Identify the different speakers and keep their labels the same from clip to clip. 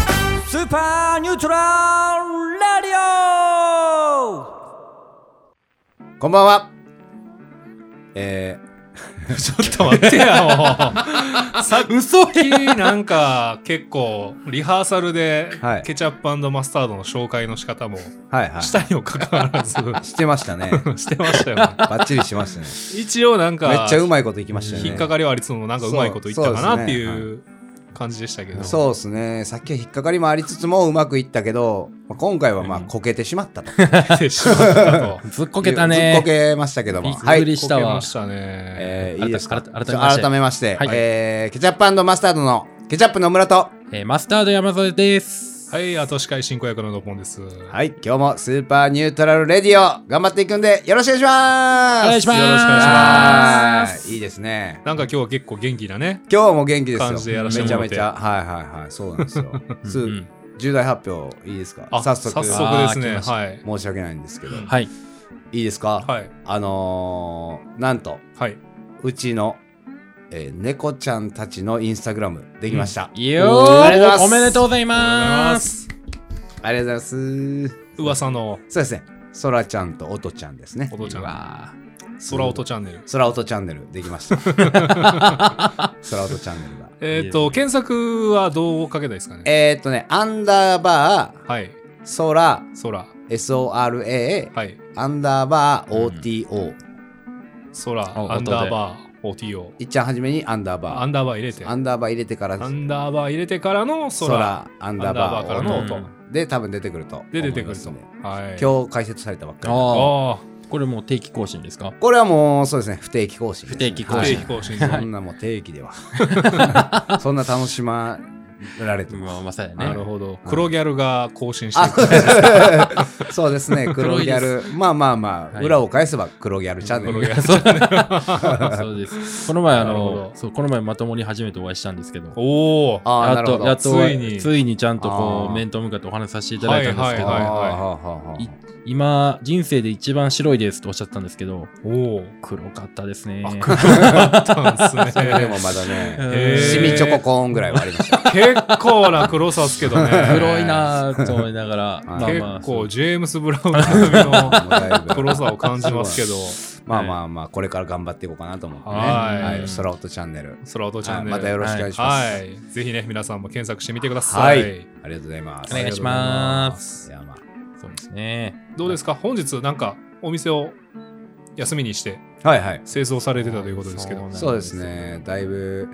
Speaker 1: ーパーニュートラルラディ
Speaker 2: こんばんは。え
Speaker 3: ちょっと待 ってや、もう。さっき、なんか、結構、リハーサルで、
Speaker 2: はい
Speaker 3: ケチャップマスタードの紹介の仕方も、
Speaker 2: ー、はいはい。
Speaker 3: したにもかかわらず、
Speaker 2: してましたね。
Speaker 3: してましたよね。
Speaker 2: バッチリしてましたね。
Speaker 3: 一応、なんか、
Speaker 2: めっちゃうまいこといきましたよね。
Speaker 3: 引っかかりはありつつも、なんかうまいこと言ったか
Speaker 2: そう
Speaker 3: なっていう感じでしたけど。
Speaker 2: そうですね。さっきは引っかかりもありつつもうまくいったけど、まあ、今回はまあ
Speaker 3: うん
Speaker 2: こけてしまったと。
Speaker 3: でしまったと。
Speaker 4: ずっこけたね
Speaker 2: ずっこけましたけど
Speaker 4: び
Speaker 2: も。
Speaker 4: っくり
Speaker 2: い。
Speaker 4: した
Speaker 3: こけ
Speaker 4: わ
Speaker 3: ましたね。
Speaker 2: えー、いいですか
Speaker 4: 改め
Speaker 2: ちょ改めまして、
Speaker 4: はい
Speaker 2: えーケチャップマスタードのケチャップの村と、
Speaker 4: えーマスタード山添です
Speaker 3: はい、後司会進行役のドポンです。は
Speaker 2: はい、今日もスーパーニュートラルレディオ頑張っていくんでよろしくお願いします
Speaker 4: お願いします
Speaker 3: よろしくお願いし
Speaker 4: ます
Speaker 2: はいいいですね。
Speaker 3: なんか今日は結構元気だね。
Speaker 2: 今日も元気ですよ。
Speaker 3: 感じでやらせて
Speaker 2: め
Speaker 3: も
Speaker 2: ちゃ
Speaker 3: らっ
Speaker 2: め
Speaker 3: て
Speaker 2: ちゃ。はいはいはい。そうなんですよ。す
Speaker 4: うんうん
Speaker 2: 重大発表いいですか
Speaker 3: あ、
Speaker 2: 早速
Speaker 3: 早速です
Speaker 4: あー来
Speaker 3: ね。
Speaker 4: ました
Speaker 3: はい。
Speaker 2: 申し訳ないんですけど。
Speaker 3: うん
Speaker 4: はい
Speaker 2: いいですか、
Speaker 3: はい。
Speaker 2: あのー、なんと、
Speaker 3: はい。
Speaker 2: うちの、えー猫ちゃんたちのインスタグラムできました。
Speaker 4: いいよ
Speaker 2: ありがとうございます
Speaker 4: ーおめでとうござい
Speaker 3: ま
Speaker 4: ます
Speaker 3: す。
Speaker 2: ありがとうございます。
Speaker 3: 噂の
Speaker 2: そうですね。そらちゃんとおとちゃんですね
Speaker 3: お。とちゃ。
Speaker 4: うんわ
Speaker 3: 空音チャンネル。
Speaker 2: そらおとチャンネルできました。そらおとチャンネルが。
Speaker 3: えっ、と、検索はどうかけたいですかね
Speaker 2: えー、っとね、アンダーバ
Speaker 3: はい。
Speaker 2: ー、そら、
Speaker 3: 空。
Speaker 2: SORA、
Speaker 3: はい。
Speaker 2: アンダーバー、OTO。
Speaker 3: 空、
Speaker 4: お
Speaker 3: アンダーバー、OTO。
Speaker 2: いっちゃんはじめにアンダー
Speaker 3: ア
Speaker 2: バ
Speaker 3: ンダーバー入れて。
Speaker 2: ー。
Speaker 3: ア
Speaker 2: アンダーバー入れてから、
Speaker 3: ンダーバー入れてからの
Speaker 2: そ
Speaker 3: 空。
Speaker 2: ら、アン
Speaker 3: アン
Speaker 2: ダーバ
Speaker 3: ダーバ
Speaker 2: ー
Speaker 3: ーからの音。
Speaker 4: うん
Speaker 2: で、多分出てくると思います
Speaker 3: で、
Speaker 2: ね。
Speaker 3: 出てくると。はい。日。
Speaker 2: 今日解説されたばっかりなんで。
Speaker 4: あ
Speaker 3: ああ。
Speaker 4: これもう定期更新ですか
Speaker 2: これはもうそうですね、不定期更新ですね、
Speaker 4: 不定期更
Speaker 3: 不
Speaker 4: 新
Speaker 3: 定
Speaker 2: は
Speaker 3: 期更新。
Speaker 2: いそんなもう定期では。 そんな楽しまられて
Speaker 4: う
Speaker 2: ま
Speaker 4: わまさや
Speaker 3: な
Speaker 4: ね
Speaker 3: るほど。黒ギャルが更新して
Speaker 2: あ
Speaker 3: いく。
Speaker 2: す。 そうですね、黒ギャル。まあまあまあ、
Speaker 4: はい
Speaker 2: 裏を返せば黒ギャルチャンネ
Speaker 3: 黒
Speaker 2: ル。
Speaker 3: ギャルチャンネル。
Speaker 4: そうですこの前あ
Speaker 3: なるほ
Speaker 4: の
Speaker 3: ど
Speaker 4: そうこの前まともに初めてお会いしたんですけど
Speaker 3: おお。
Speaker 2: ああ、な
Speaker 4: やっ
Speaker 2: るほ
Speaker 4: と
Speaker 2: ど。
Speaker 4: やっと
Speaker 3: ついに
Speaker 4: ついにちゃんとこ
Speaker 2: あー
Speaker 4: う面と向かってお話しさせていただいたんですけ
Speaker 2: あー
Speaker 4: ど、
Speaker 3: はいは
Speaker 2: は
Speaker 3: い
Speaker 2: い
Speaker 4: 今人生で一番白いですとおっしゃったんですけど
Speaker 3: おお。
Speaker 4: 黒かったですね
Speaker 3: あ、黒かっ たんす
Speaker 2: いはいはい。でも
Speaker 3: ね。
Speaker 2: まだね、
Speaker 3: へー
Speaker 2: シミチョココーンぐらいはありました。
Speaker 3: 結構な黒さっすけどね。
Speaker 4: 黒いな ぁと思いながら、まあ
Speaker 3: 結
Speaker 4: まあ、
Speaker 3: 構ジェームス・ブラウン並みの
Speaker 2: もうだいぶ
Speaker 3: 黒さを感じます けど、
Speaker 2: まあまあまあ、これから頑張っていこうかなと思ってね。
Speaker 3: はい
Speaker 2: はい。ソラオトチャンネル。
Speaker 3: 空音チャ
Speaker 2: はい
Speaker 3: ンネル。
Speaker 2: またよろしくお願いします。
Speaker 3: はい。ぜひね、皆さんも検索してみてくだ
Speaker 2: は
Speaker 3: さい。
Speaker 2: い。ありがとうございます。
Speaker 4: お願いしま
Speaker 2: い
Speaker 4: す。
Speaker 2: やまあ
Speaker 4: そうですね。
Speaker 3: どうですか本日、なんか、お店を休みにして、
Speaker 2: はいはい。
Speaker 3: 清掃されてたということですけ
Speaker 4: そう
Speaker 3: ど
Speaker 4: なん。
Speaker 2: そうですね。だいぶ、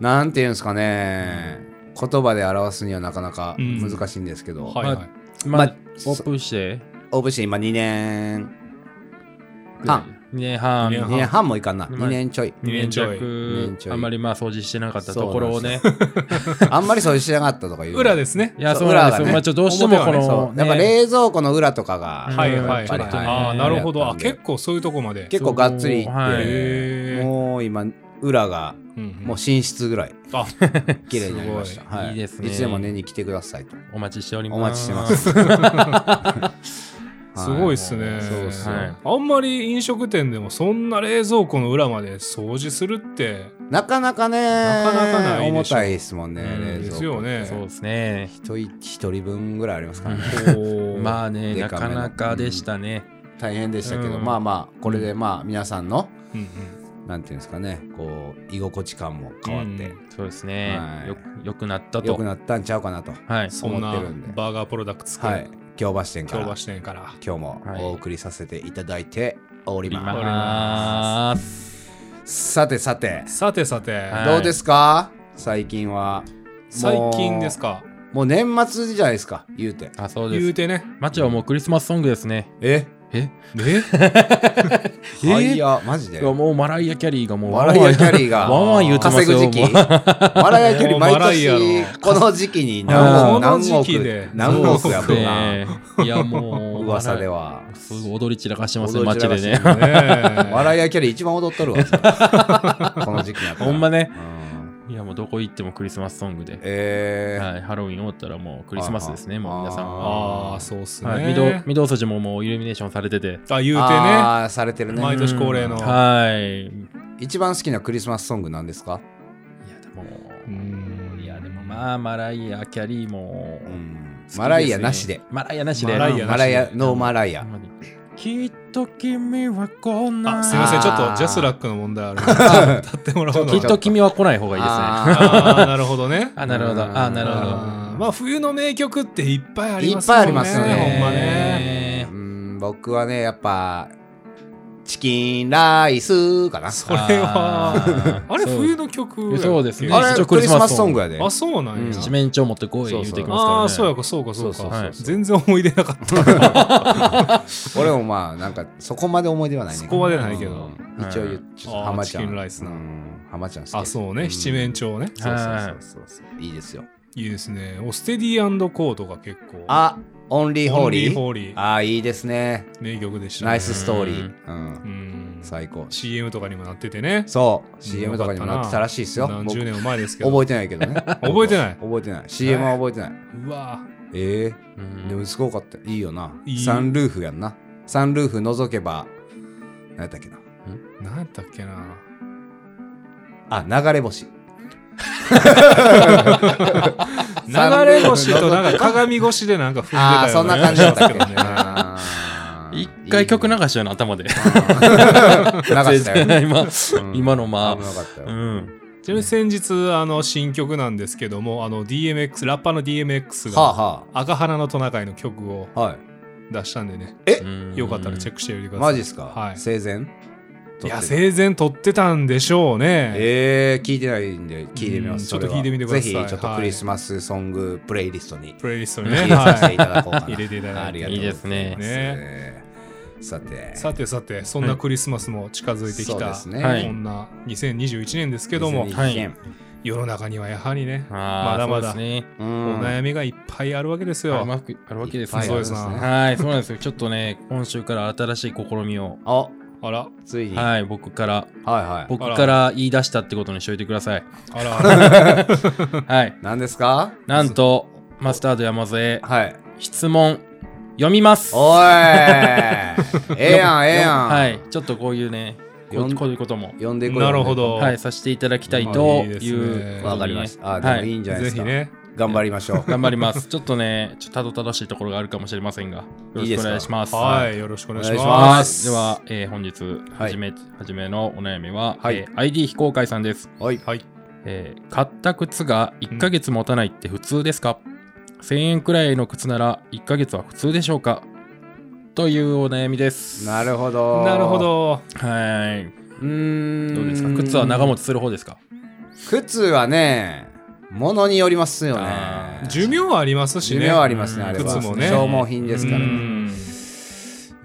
Speaker 2: なんていうんですかね。言葉で表すにはなかなか
Speaker 3: うん
Speaker 2: 難しいんですけど、
Speaker 3: はいはい。
Speaker 4: ま
Speaker 2: ま
Speaker 4: あ、
Speaker 2: あ
Speaker 4: オープンして、
Speaker 2: オープンして今2年半、
Speaker 4: 2年半、
Speaker 3: 二
Speaker 2: 2
Speaker 3: 年半
Speaker 2: 年半もいかんな、
Speaker 4: まあ
Speaker 2: 2年ちょい。
Speaker 3: 二年ちょい
Speaker 2: 二年ちょい
Speaker 4: あんまりまあ掃除してなかったところをね。
Speaker 2: あんまりそうしなかったとかいう。
Speaker 3: 裏ですね。
Speaker 4: いや、
Speaker 2: そ
Speaker 4: そううなんで
Speaker 2: 裏が
Speaker 4: すよ。
Speaker 2: ね
Speaker 4: まあちょっとどうしてもこ
Speaker 2: そ
Speaker 4: の、
Speaker 2: う。やっぱ
Speaker 4: ね
Speaker 2: 冷蔵庫の裏とかが、
Speaker 4: うん
Speaker 3: はいは
Speaker 2: や
Speaker 3: い
Speaker 2: っぱり
Speaker 3: はい。
Speaker 2: はい
Speaker 3: ああ、なるほど。
Speaker 2: や
Speaker 3: あ
Speaker 2: ったんで
Speaker 3: 結構そういうとこまで。
Speaker 2: 結構がっつりいって、
Speaker 4: そうはい
Speaker 3: へー
Speaker 2: もう今、裏が
Speaker 3: うんうん
Speaker 2: もう寝室ぐらい
Speaker 3: あ、
Speaker 2: 綺麗になりました。
Speaker 3: す
Speaker 2: はい
Speaker 4: いいですね
Speaker 2: いつでも寝に来てくださいと。
Speaker 4: お待ちしております。
Speaker 2: お待ちしてま。す。
Speaker 3: すごいっすね。
Speaker 2: そうそう
Speaker 3: はいあんまり飲食店でもそんな冷蔵庫の裏まで掃除するって、
Speaker 2: なかなかね、
Speaker 3: なかなかないでしょ
Speaker 2: 重たいですもんね、
Speaker 4: うん
Speaker 2: 冷蔵庫。
Speaker 3: ですよね
Speaker 4: そうですね。
Speaker 2: 人い。一人分ぐらいありますからね。
Speaker 3: こう
Speaker 4: まあね、
Speaker 2: で
Speaker 4: な
Speaker 2: かめ
Speaker 4: か
Speaker 2: の
Speaker 4: なかでしたね。
Speaker 2: 大変でしたけど、
Speaker 3: うん
Speaker 2: まあまあ、これでまあ皆さんの、
Speaker 3: うんうん
Speaker 2: なんていうんですかね、こう、居心地感も変わって、
Speaker 3: うん
Speaker 4: そうですね
Speaker 2: はい。
Speaker 4: よよくなった
Speaker 2: 良
Speaker 4: と
Speaker 2: く。なったんちゃうかなと。は
Speaker 4: はい。
Speaker 3: そんな
Speaker 2: 思ってるんで
Speaker 3: バーガープロダクツから、
Speaker 2: い。京橋店から、
Speaker 3: 京橋
Speaker 2: 今
Speaker 3: 店から。
Speaker 2: 日もお送りさせていただいており
Speaker 4: い
Speaker 2: ま
Speaker 4: ます。
Speaker 2: す。さてさて、
Speaker 3: さてさて、
Speaker 4: はい
Speaker 2: どうですか最近は。
Speaker 3: 最近ですか
Speaker 2: もう年末じゃないですか、言うて。
Speaker 4: あ、そう
Speaker 3: 言
Speaker 4: で
Speaker 3: う
Speaker 4: す。
Speaker 3: てね。
Speaker 4: マチはもうクリスマスソングですね。
Speaker 2: え
Speaker 4: え
Speaker 3: え
Speaker 4: え
Speaker 2: はいや、マジで
Speaker 4: いやもうマライア・キャリーがもう
Speaker 2: マライア・キャリーが
Speaker 4: ワンワン言うてます
Speaker 2: 稼
Speaker 4: よ
Speaker 2: ぐ時期マライア・キャリー毎
Speaker 3: マライア
Speaker 2: 年
Speaker 3: の
Speaker 2: この時期に
Speaker 3: あ
Speaker 2: 何
Speaker 3: ー
Speaker 2: 億何億
Speaker 3: この時期で
Speaker 2: 何億やもんな
Speaker 4: ねいやも う
Speaker 2: 噂で
Speaker 4: は
Speaker 2: は
Speaker 4: すごい踊り散らかしてますね
Speaker 2: 踊り散
Speaker 4: 街
Speaker 2: らかし
Speaker 4: で
Speaker 2: て
Speaker 4: ね
Speaker 3: ねえ
Speaker 2: マライア・キャリー一番踊っとるわ この時期になったら
Speaker 4: ほんまね
Speaker 2: うん
Speaker 4: いやもうどこ行ってもクリスマスソングで、
Speaker 2: えー
Speaker 4: はい、ハロウィン終わったらもうクリスマスですね
Speaker 2: はいはい
Speaker 4: もう皆さんは、
Speaker 3: ああ、そうっすね。
Speaker 4: はい、御堂御堂筋ももうイルミネーションされてて
Speaker 3: あ、言うてね。
Speaker 2: あーされてるね
Speaker 3: 毎年恒例の
Speaker 4: うんはいい
Speaker 2: 一番好きなクリスマスソングなんですか
Speaker 4: やでも、
Speaker 3: うん
Speaker 4: いやでもまあ、マライア・キャリーも、
Speaker 2: うん
Speaker 4: 好きですね
Speaker 2: マライアなしで。。
Speaker 4: マライアなしで。
Speaker 3: マライアなしで
Speaker 2: マライア、ノーマライ
Speaker 4: ほ
Speaker 2: ア
Speaker 4: ん。まにきっと君は来ない。
Speaker 3: あすいませんちょっとジャスラックの問題ある から立ってもらうの
Speaker 4: きっと君は来ない方がいいですね。
Speaker 2: あ
Speaker 3: ああなるほどね
Speaker 4: あなるほど。あ なるほど。
Speaker 3: あーまあ冬の名曲っていっぱいあります
Speaker 2: いっぱいありますよね
Speaker 3: ほんま
Speaker 2: ー
Speaker 3: ね
Speaker 4: ね
Speaker 2: う。ん、僕はね、やっぱ、チキンライスかな。
Speaker 3: それは
Speaker 4: あー
Speaker 3: あれ
Speaker 4: そう
Speaker 3: 冬の曲やっけ
Speaker 4: そうですね
Speaker 3: あ
Speaker 2: あ
Speaker 4: 一
Speaker 2: れク
Speaker 4: 応ク
Speaker 2: リ
Speaker 4: リ
Speaker 2: ス
Speaker 4: ス
Speaker 2: マ
Speaker 4: マ
Speaker 2: スソ
Speaker 4: スソ
Speaker 2: ン
Speaker 4: ン
Speaker 2: グ
Speaker 4: グ
Speaker 2: やで。
Speaker 3: あそうなんや、
Speaker 2: うん
Speaker 4: 一面帳持ってこい言うてきますからね。
Speaker 3: ああそうやかそうかそうか
Speaker 4: そうそうそう
Speaker 3: 全然思い出な かった
Speaker 2: 俺もまあ、なんか、そこまで思い出はないねんけど。
Speaker 3: そこまでないけど
Speaker 2: うん一応言っちゃ
Speaker 3: あ
Speaker 2: う。
Speaker 3: ー
Speaker 2: 浜ちゃん。
Speaker 3: チキンライスな
Speaker 2: うん浜ちゃん好き。
Speaker 3: あそうね、
Speaker 2: ん
Speaker 3: 七面。鳥ね
Speaker 2: そうそうそうそうそう。いいですよ。
Speaker 3: いいですねオステディコードが結構
Speaker 2: あ、オンリーホーリー。
Speaker 3: ホーリー
Speaker 2: あー、いいですね。
Speaker 3: 名曲でしたね
Speaker 2: ナイスストーリー。うん
Speaker 3: う。ん
Speaker 2: 最高。
Speaker 3: CM とかにもなっててね
Speaker 2: そう。CM とかにもなってたらしいですよ。
Speaker 3: 何
Speaker 2: 僕
Speaker 3: 十年も前ですけど
Speaker 2: 覚えてないけどね。
Speaker 3: 覚えてない
Speaker 2: 覚えてない。CM は覚えてない。
Speaker 3: うわ
Speaker 2: ええ
Speaker 4: うん
Speaker 2: でもすごかった。いいよな。
Speaker 3: いい
Speaker 2: サンルーフやんな。サンルーフ覗けば、何やったっけな。
Speaker 3: 何やったっけな
Speaker 2: あ、流れ 星。
Speaker 3: 流れ星となんか鏡越しでなんか踏んでたよ、ね、
Speaker 2: ああ、そんな感じだったっけ どね。
Speaker 4: 一回曲流
Speaker 2: か
Speaker 4: したよね、頭で。
Speaker 2: ったよね。
Speaker 4: 今、
Speaker 2: うん
Speaker 4: 今のま
Speaker 2: 危なかった
Speaker 4: あ、う
Speaker 2: よ。
Speaker 4: ん。
Speaker 3: ちなみに先日あの新曲なんですけどもあの DMX ラッパーの DMX
Speaker 2: はあ
Speaker 3: が
Speaker 2: は
Speaker 3: 赤花のトナカイの曲を
Speaker 2: あ。はい。
Speaker 3: 出したんでね
Speaker 4: うん
Speaker 3: よかったらチェックしてみてください
Speaker 2: マジっすか、
Speaker 3: はい
Speaker 2: 生前
Speaker 3: いや
Speaker 2: 前
Speaker 3: 生前撮ってたんでしょうね
Speaker 2: えー、聞いてないんで聞いてみま
Speaker 3: うん
Speaker 2: す。
Speaker 3: ちょっと
Speaker 2: それは
Speaker 3: 聞いてみてください
Speaker 2: ぜひ、ちょっと
Speaker 3: はい
Speaker 2: クリスマスソングプレイリストに
Speaker 3: プレイリストにね、
Speaker 2: 入れさせていた
Speaker 3: は
Speaker 2: だこうかな。
Speaker 3: い、入れていただ
Speaker 2: あ
Speaker 3: い
Speaker 2: り
Speaker 3: て
Speaker 2: が
Speaker 4: が
Speaker 2: とう
Speaker 4: とう
Speaker 2: ご
Speaker 4: ご
Speaker 2: ざ
Speaker 4: ざ
Speaker 2: いま。
Speaker 4: いますすね
Speaker 2: さて、
Speaker 3: さてさてそんなクリスマスも近づいてき
Speaker 2: そう
Speaker 3: た、
Speaker 2: ですね
Speaker 4: はい
Speaker 3: こんな2021年ですけども
Speaker 2: 2021
Speaker 4: はい
Speaker 2: 年
Speaker 3: 世の中にはやはりね
Speaker 4: あ
Speaker 3: ま
Speaker 4: あ、
Speaker 3: だまだ
Speaker 4: そうですね。
Speaker 2: う
Speaker 3: お
Speaker 2: ん
Speaker 3: 悩みがいっぱいあるわけです
Speaker 4: あ
Speaker 3: よ、
Speaker 4: るわけあるわけです
Speaker 2: いっぱいあるん
Speaker 3: そうですね
Speaker 4: はい、そうなんですよ。ちょっとね、今週から新しい試みを、
Speaker 2: あ、
Speaker 3: あら
Speaker 2: ついに。はい
Speaker 4: はい、僕から、
Speaker 2: はい。
Speaker 4: 僕から言い出したってことにしといてください。
Speaker 3: あらあら
Speaker 4: はい。
Speaker 2: 何ですか
Speaker 4: なんと、マスタード山添、
Speaker 2: はい。
Speaker 4: 質問、読みます。
Speaker 2: お いええやん、ええやん。
Speaker 4: はい、ちょっとこういうね、こ
Speaker 2: よん
Speaker 4: うこういうことも、
Speaker 2: 呼んでこいよ
Speaker 3: なる ほ。ど、
Speaker 4: はい、させていただきたい
Speaker 3: まあ
Speaker 4: と
Speaker 3: いいです
Speaker 4: い
Speaker 3: ね
Speaker 4: うことにね。
Speaker 2: わかりました。あ、で
Speaker 4: は
Speaker 2: もいい
Speaker 4: い。
Speaker 2: んじゃないで
Speaker 3: ぜ
Speaker 2: す
Speaker 3: ひ
Speaker 2: か。
Speaker 3: ね
Speaker 2: 頑張りましょう。
Speaker 4: 頑張ります。ちょっとね、ちょっとたどたどしいところがあるかもしれませんが、よろ
Speaker 2: いい
Speaker 4: し
Speaker 2: です
Speaker 4: くお
Speaker 2: か
Speaker 4: 願いします。。
Speaker 3: はいい、よろしくお願いし
Speaker 2: お願いし
Speaker 3: ま
Speaker 2: ま
Speaker 4: は
Speaker 2: す
Speaker 3: す。
Speaker 4: い、では、えー本日、
Speaker 2: はい
Speaker 4: はじめ、はじめのお悩みは、
Speaker 2: はい
Speaker 4: えー ID 非公開さんです。
Speaker 2: はい。
Speaker 3: はい。
Speaker 4: えー買った靴が1ヶ月持たないって普通ですか、?1000 円くらいの靴なら1ヶ月は普通でしょうかというお悩みです。
Speaker 2: なるほど。
Speaker 3: なるほ。ど。
Speaker 4: はい。
Speaker 2: うーん。
Speaker 4: どうですか靴は長持ちする方ですか
Speaker 2: 靴はね、ものによりますよ
Speaker 4: あ
Speaker 2: ね。
Speaker 3: 寿命はありますし
Speaker 2: 寿
Speaker 3: ね。
Speaker 2: 命はありますね、
Speaker 4: うん
Speaker 2: あれは。
Speaker 3: 靴もね
Speaker 2: 消耗品ですから
Speaker 3: う
Speaker 2: ね。
Speaker 3: ん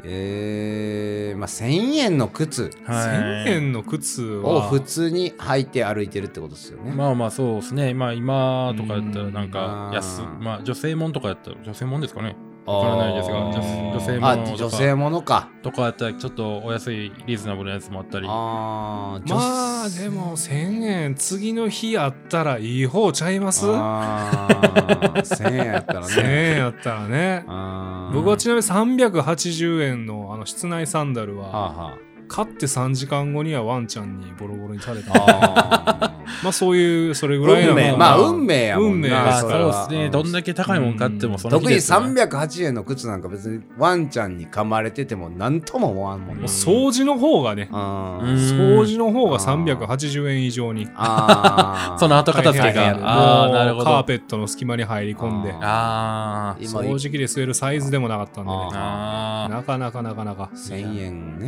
Speaker 2: えー、まあ1000円の靴
Speaker 4: は
Speaker 3: 1000
Speaker 4: い
Speaker 3: 円の靴
Speaker 2: を
Speaker 3: は
Speaker 2: 普通に履いて歩いてるってことですよね。
Speaker 4: まあまあそうですね。まあ今とかやったらなん
Speaker 2: う
Speaker 4: か
Speaker 2: ん
Speaker 4: 安、まあ女性もんとかやったら女性もんですかね。
Speaker 2: あー、
Speaker 4: わからないですが女女性もの
Speaker 2: あ
Speaker 4: とか
Speaker 2: 女性ものか。
Speaker 4: とかやったらちょっとお安いリーズナブルなやつもあったり。
Speaker 2: あー女
Speaker 3: まあでも1000円次の日あったらいい方ちゃいます
Speaker 2: あー1000円やったら
Speaker 3: ?1000
Speaker 2: ね。
Speaker 3: 円やったらね。
Speaker 2: あー
Speaker 3: 僕はちなみに380円のあの室内サンダル
Speaker 2: は
Speaker 3: は
Speaker 2: あは
Speaker 3: 買って3時間後にはワンちゃんにボロボロにされた
Speaker 2: あー
Speaker 3: まあそういうそれ ぐらい
Speaker 2: 運
Speaker 3: の
Speaker 2: 命、まあ運命やもんな。
Speaker 3: 運命
Speaker 4: まあ
Speaker 3: そ
Speaker 4: そう
Speaker 3: れは
Speaker 4: うですね。どんだけ高いもん買ってもその日
Speaker 2: 特に
Speaker 4: ですよね
Speaker 2: 380円の靴なんか別にワンちゃんに噛まれてても何とも思わんもん
Speaker 3: もう
Speaker 2: ね。
Speaker 3: 掃除の方がね
Speaker 2: あ
Speaker 4: うん
Speaker 2: ー
Speaker 3: 掃除の方が
Speaker 2: あー
Speaker 3: 380円以上に
Speaker 2: あー
Speaker 4: その後片付け
Speaker 2: 大
Speaker 4: が
Speaker 2: 変や。ね
Speaker 4: ああ、
Speaker 3: もう
Speaker 4: なるほ
Speaker 3: カー
Speaker 4: ど。
Speaker 3: ペットの隙間に入り込んで
Speaker 2: あー
Speaker 4: あー
Speaker 2: 今
Speaker 3: 掃除機で吸えるサイズでもなかったんでね
Speaker 4: あー。
Speaker 3: なかなかなかなか
Speaker 2: 1000円ね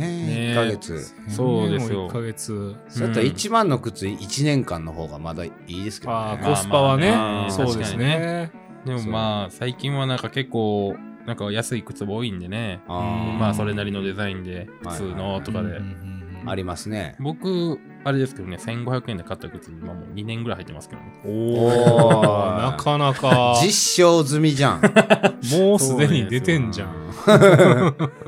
Speaker 2: 1
Speaker 4: ね
Speaker 2: ヶ月
Speaker 4: そうですよ
Speaker 3: 1ヶ月
Speaker 2: そうやったら1万の靴1年間の方がまだいいですけど
Speaker 3: あ
Speaker 2: ね
Speaker 3: ーコスパはね、
Speaker 4: まあまあ
Speaker 2: ね
Speaker 3: そうですね
Speaker 4: でもまあ最近はなんか結構なんか安い靴も多いんでね。
Speaker 2: あ
Speaker 4: まあそれなりのデザインで普通のとかで。
Speaker 2: ーありますね
Speaker 4: 僕、あれですけどね、1500円で買った靴、今もう2年ぐらい履いてますけどね。
Speaker 3: お
Speaker 2: お
Speaker 3: お
Speaker 2: ー
Speaker 3: なかなか
Speaker 2: 実証済みじゃん
Speaker 3: もうすでに出てんじゃ
Speaker 2: そ
Speaker 3: ん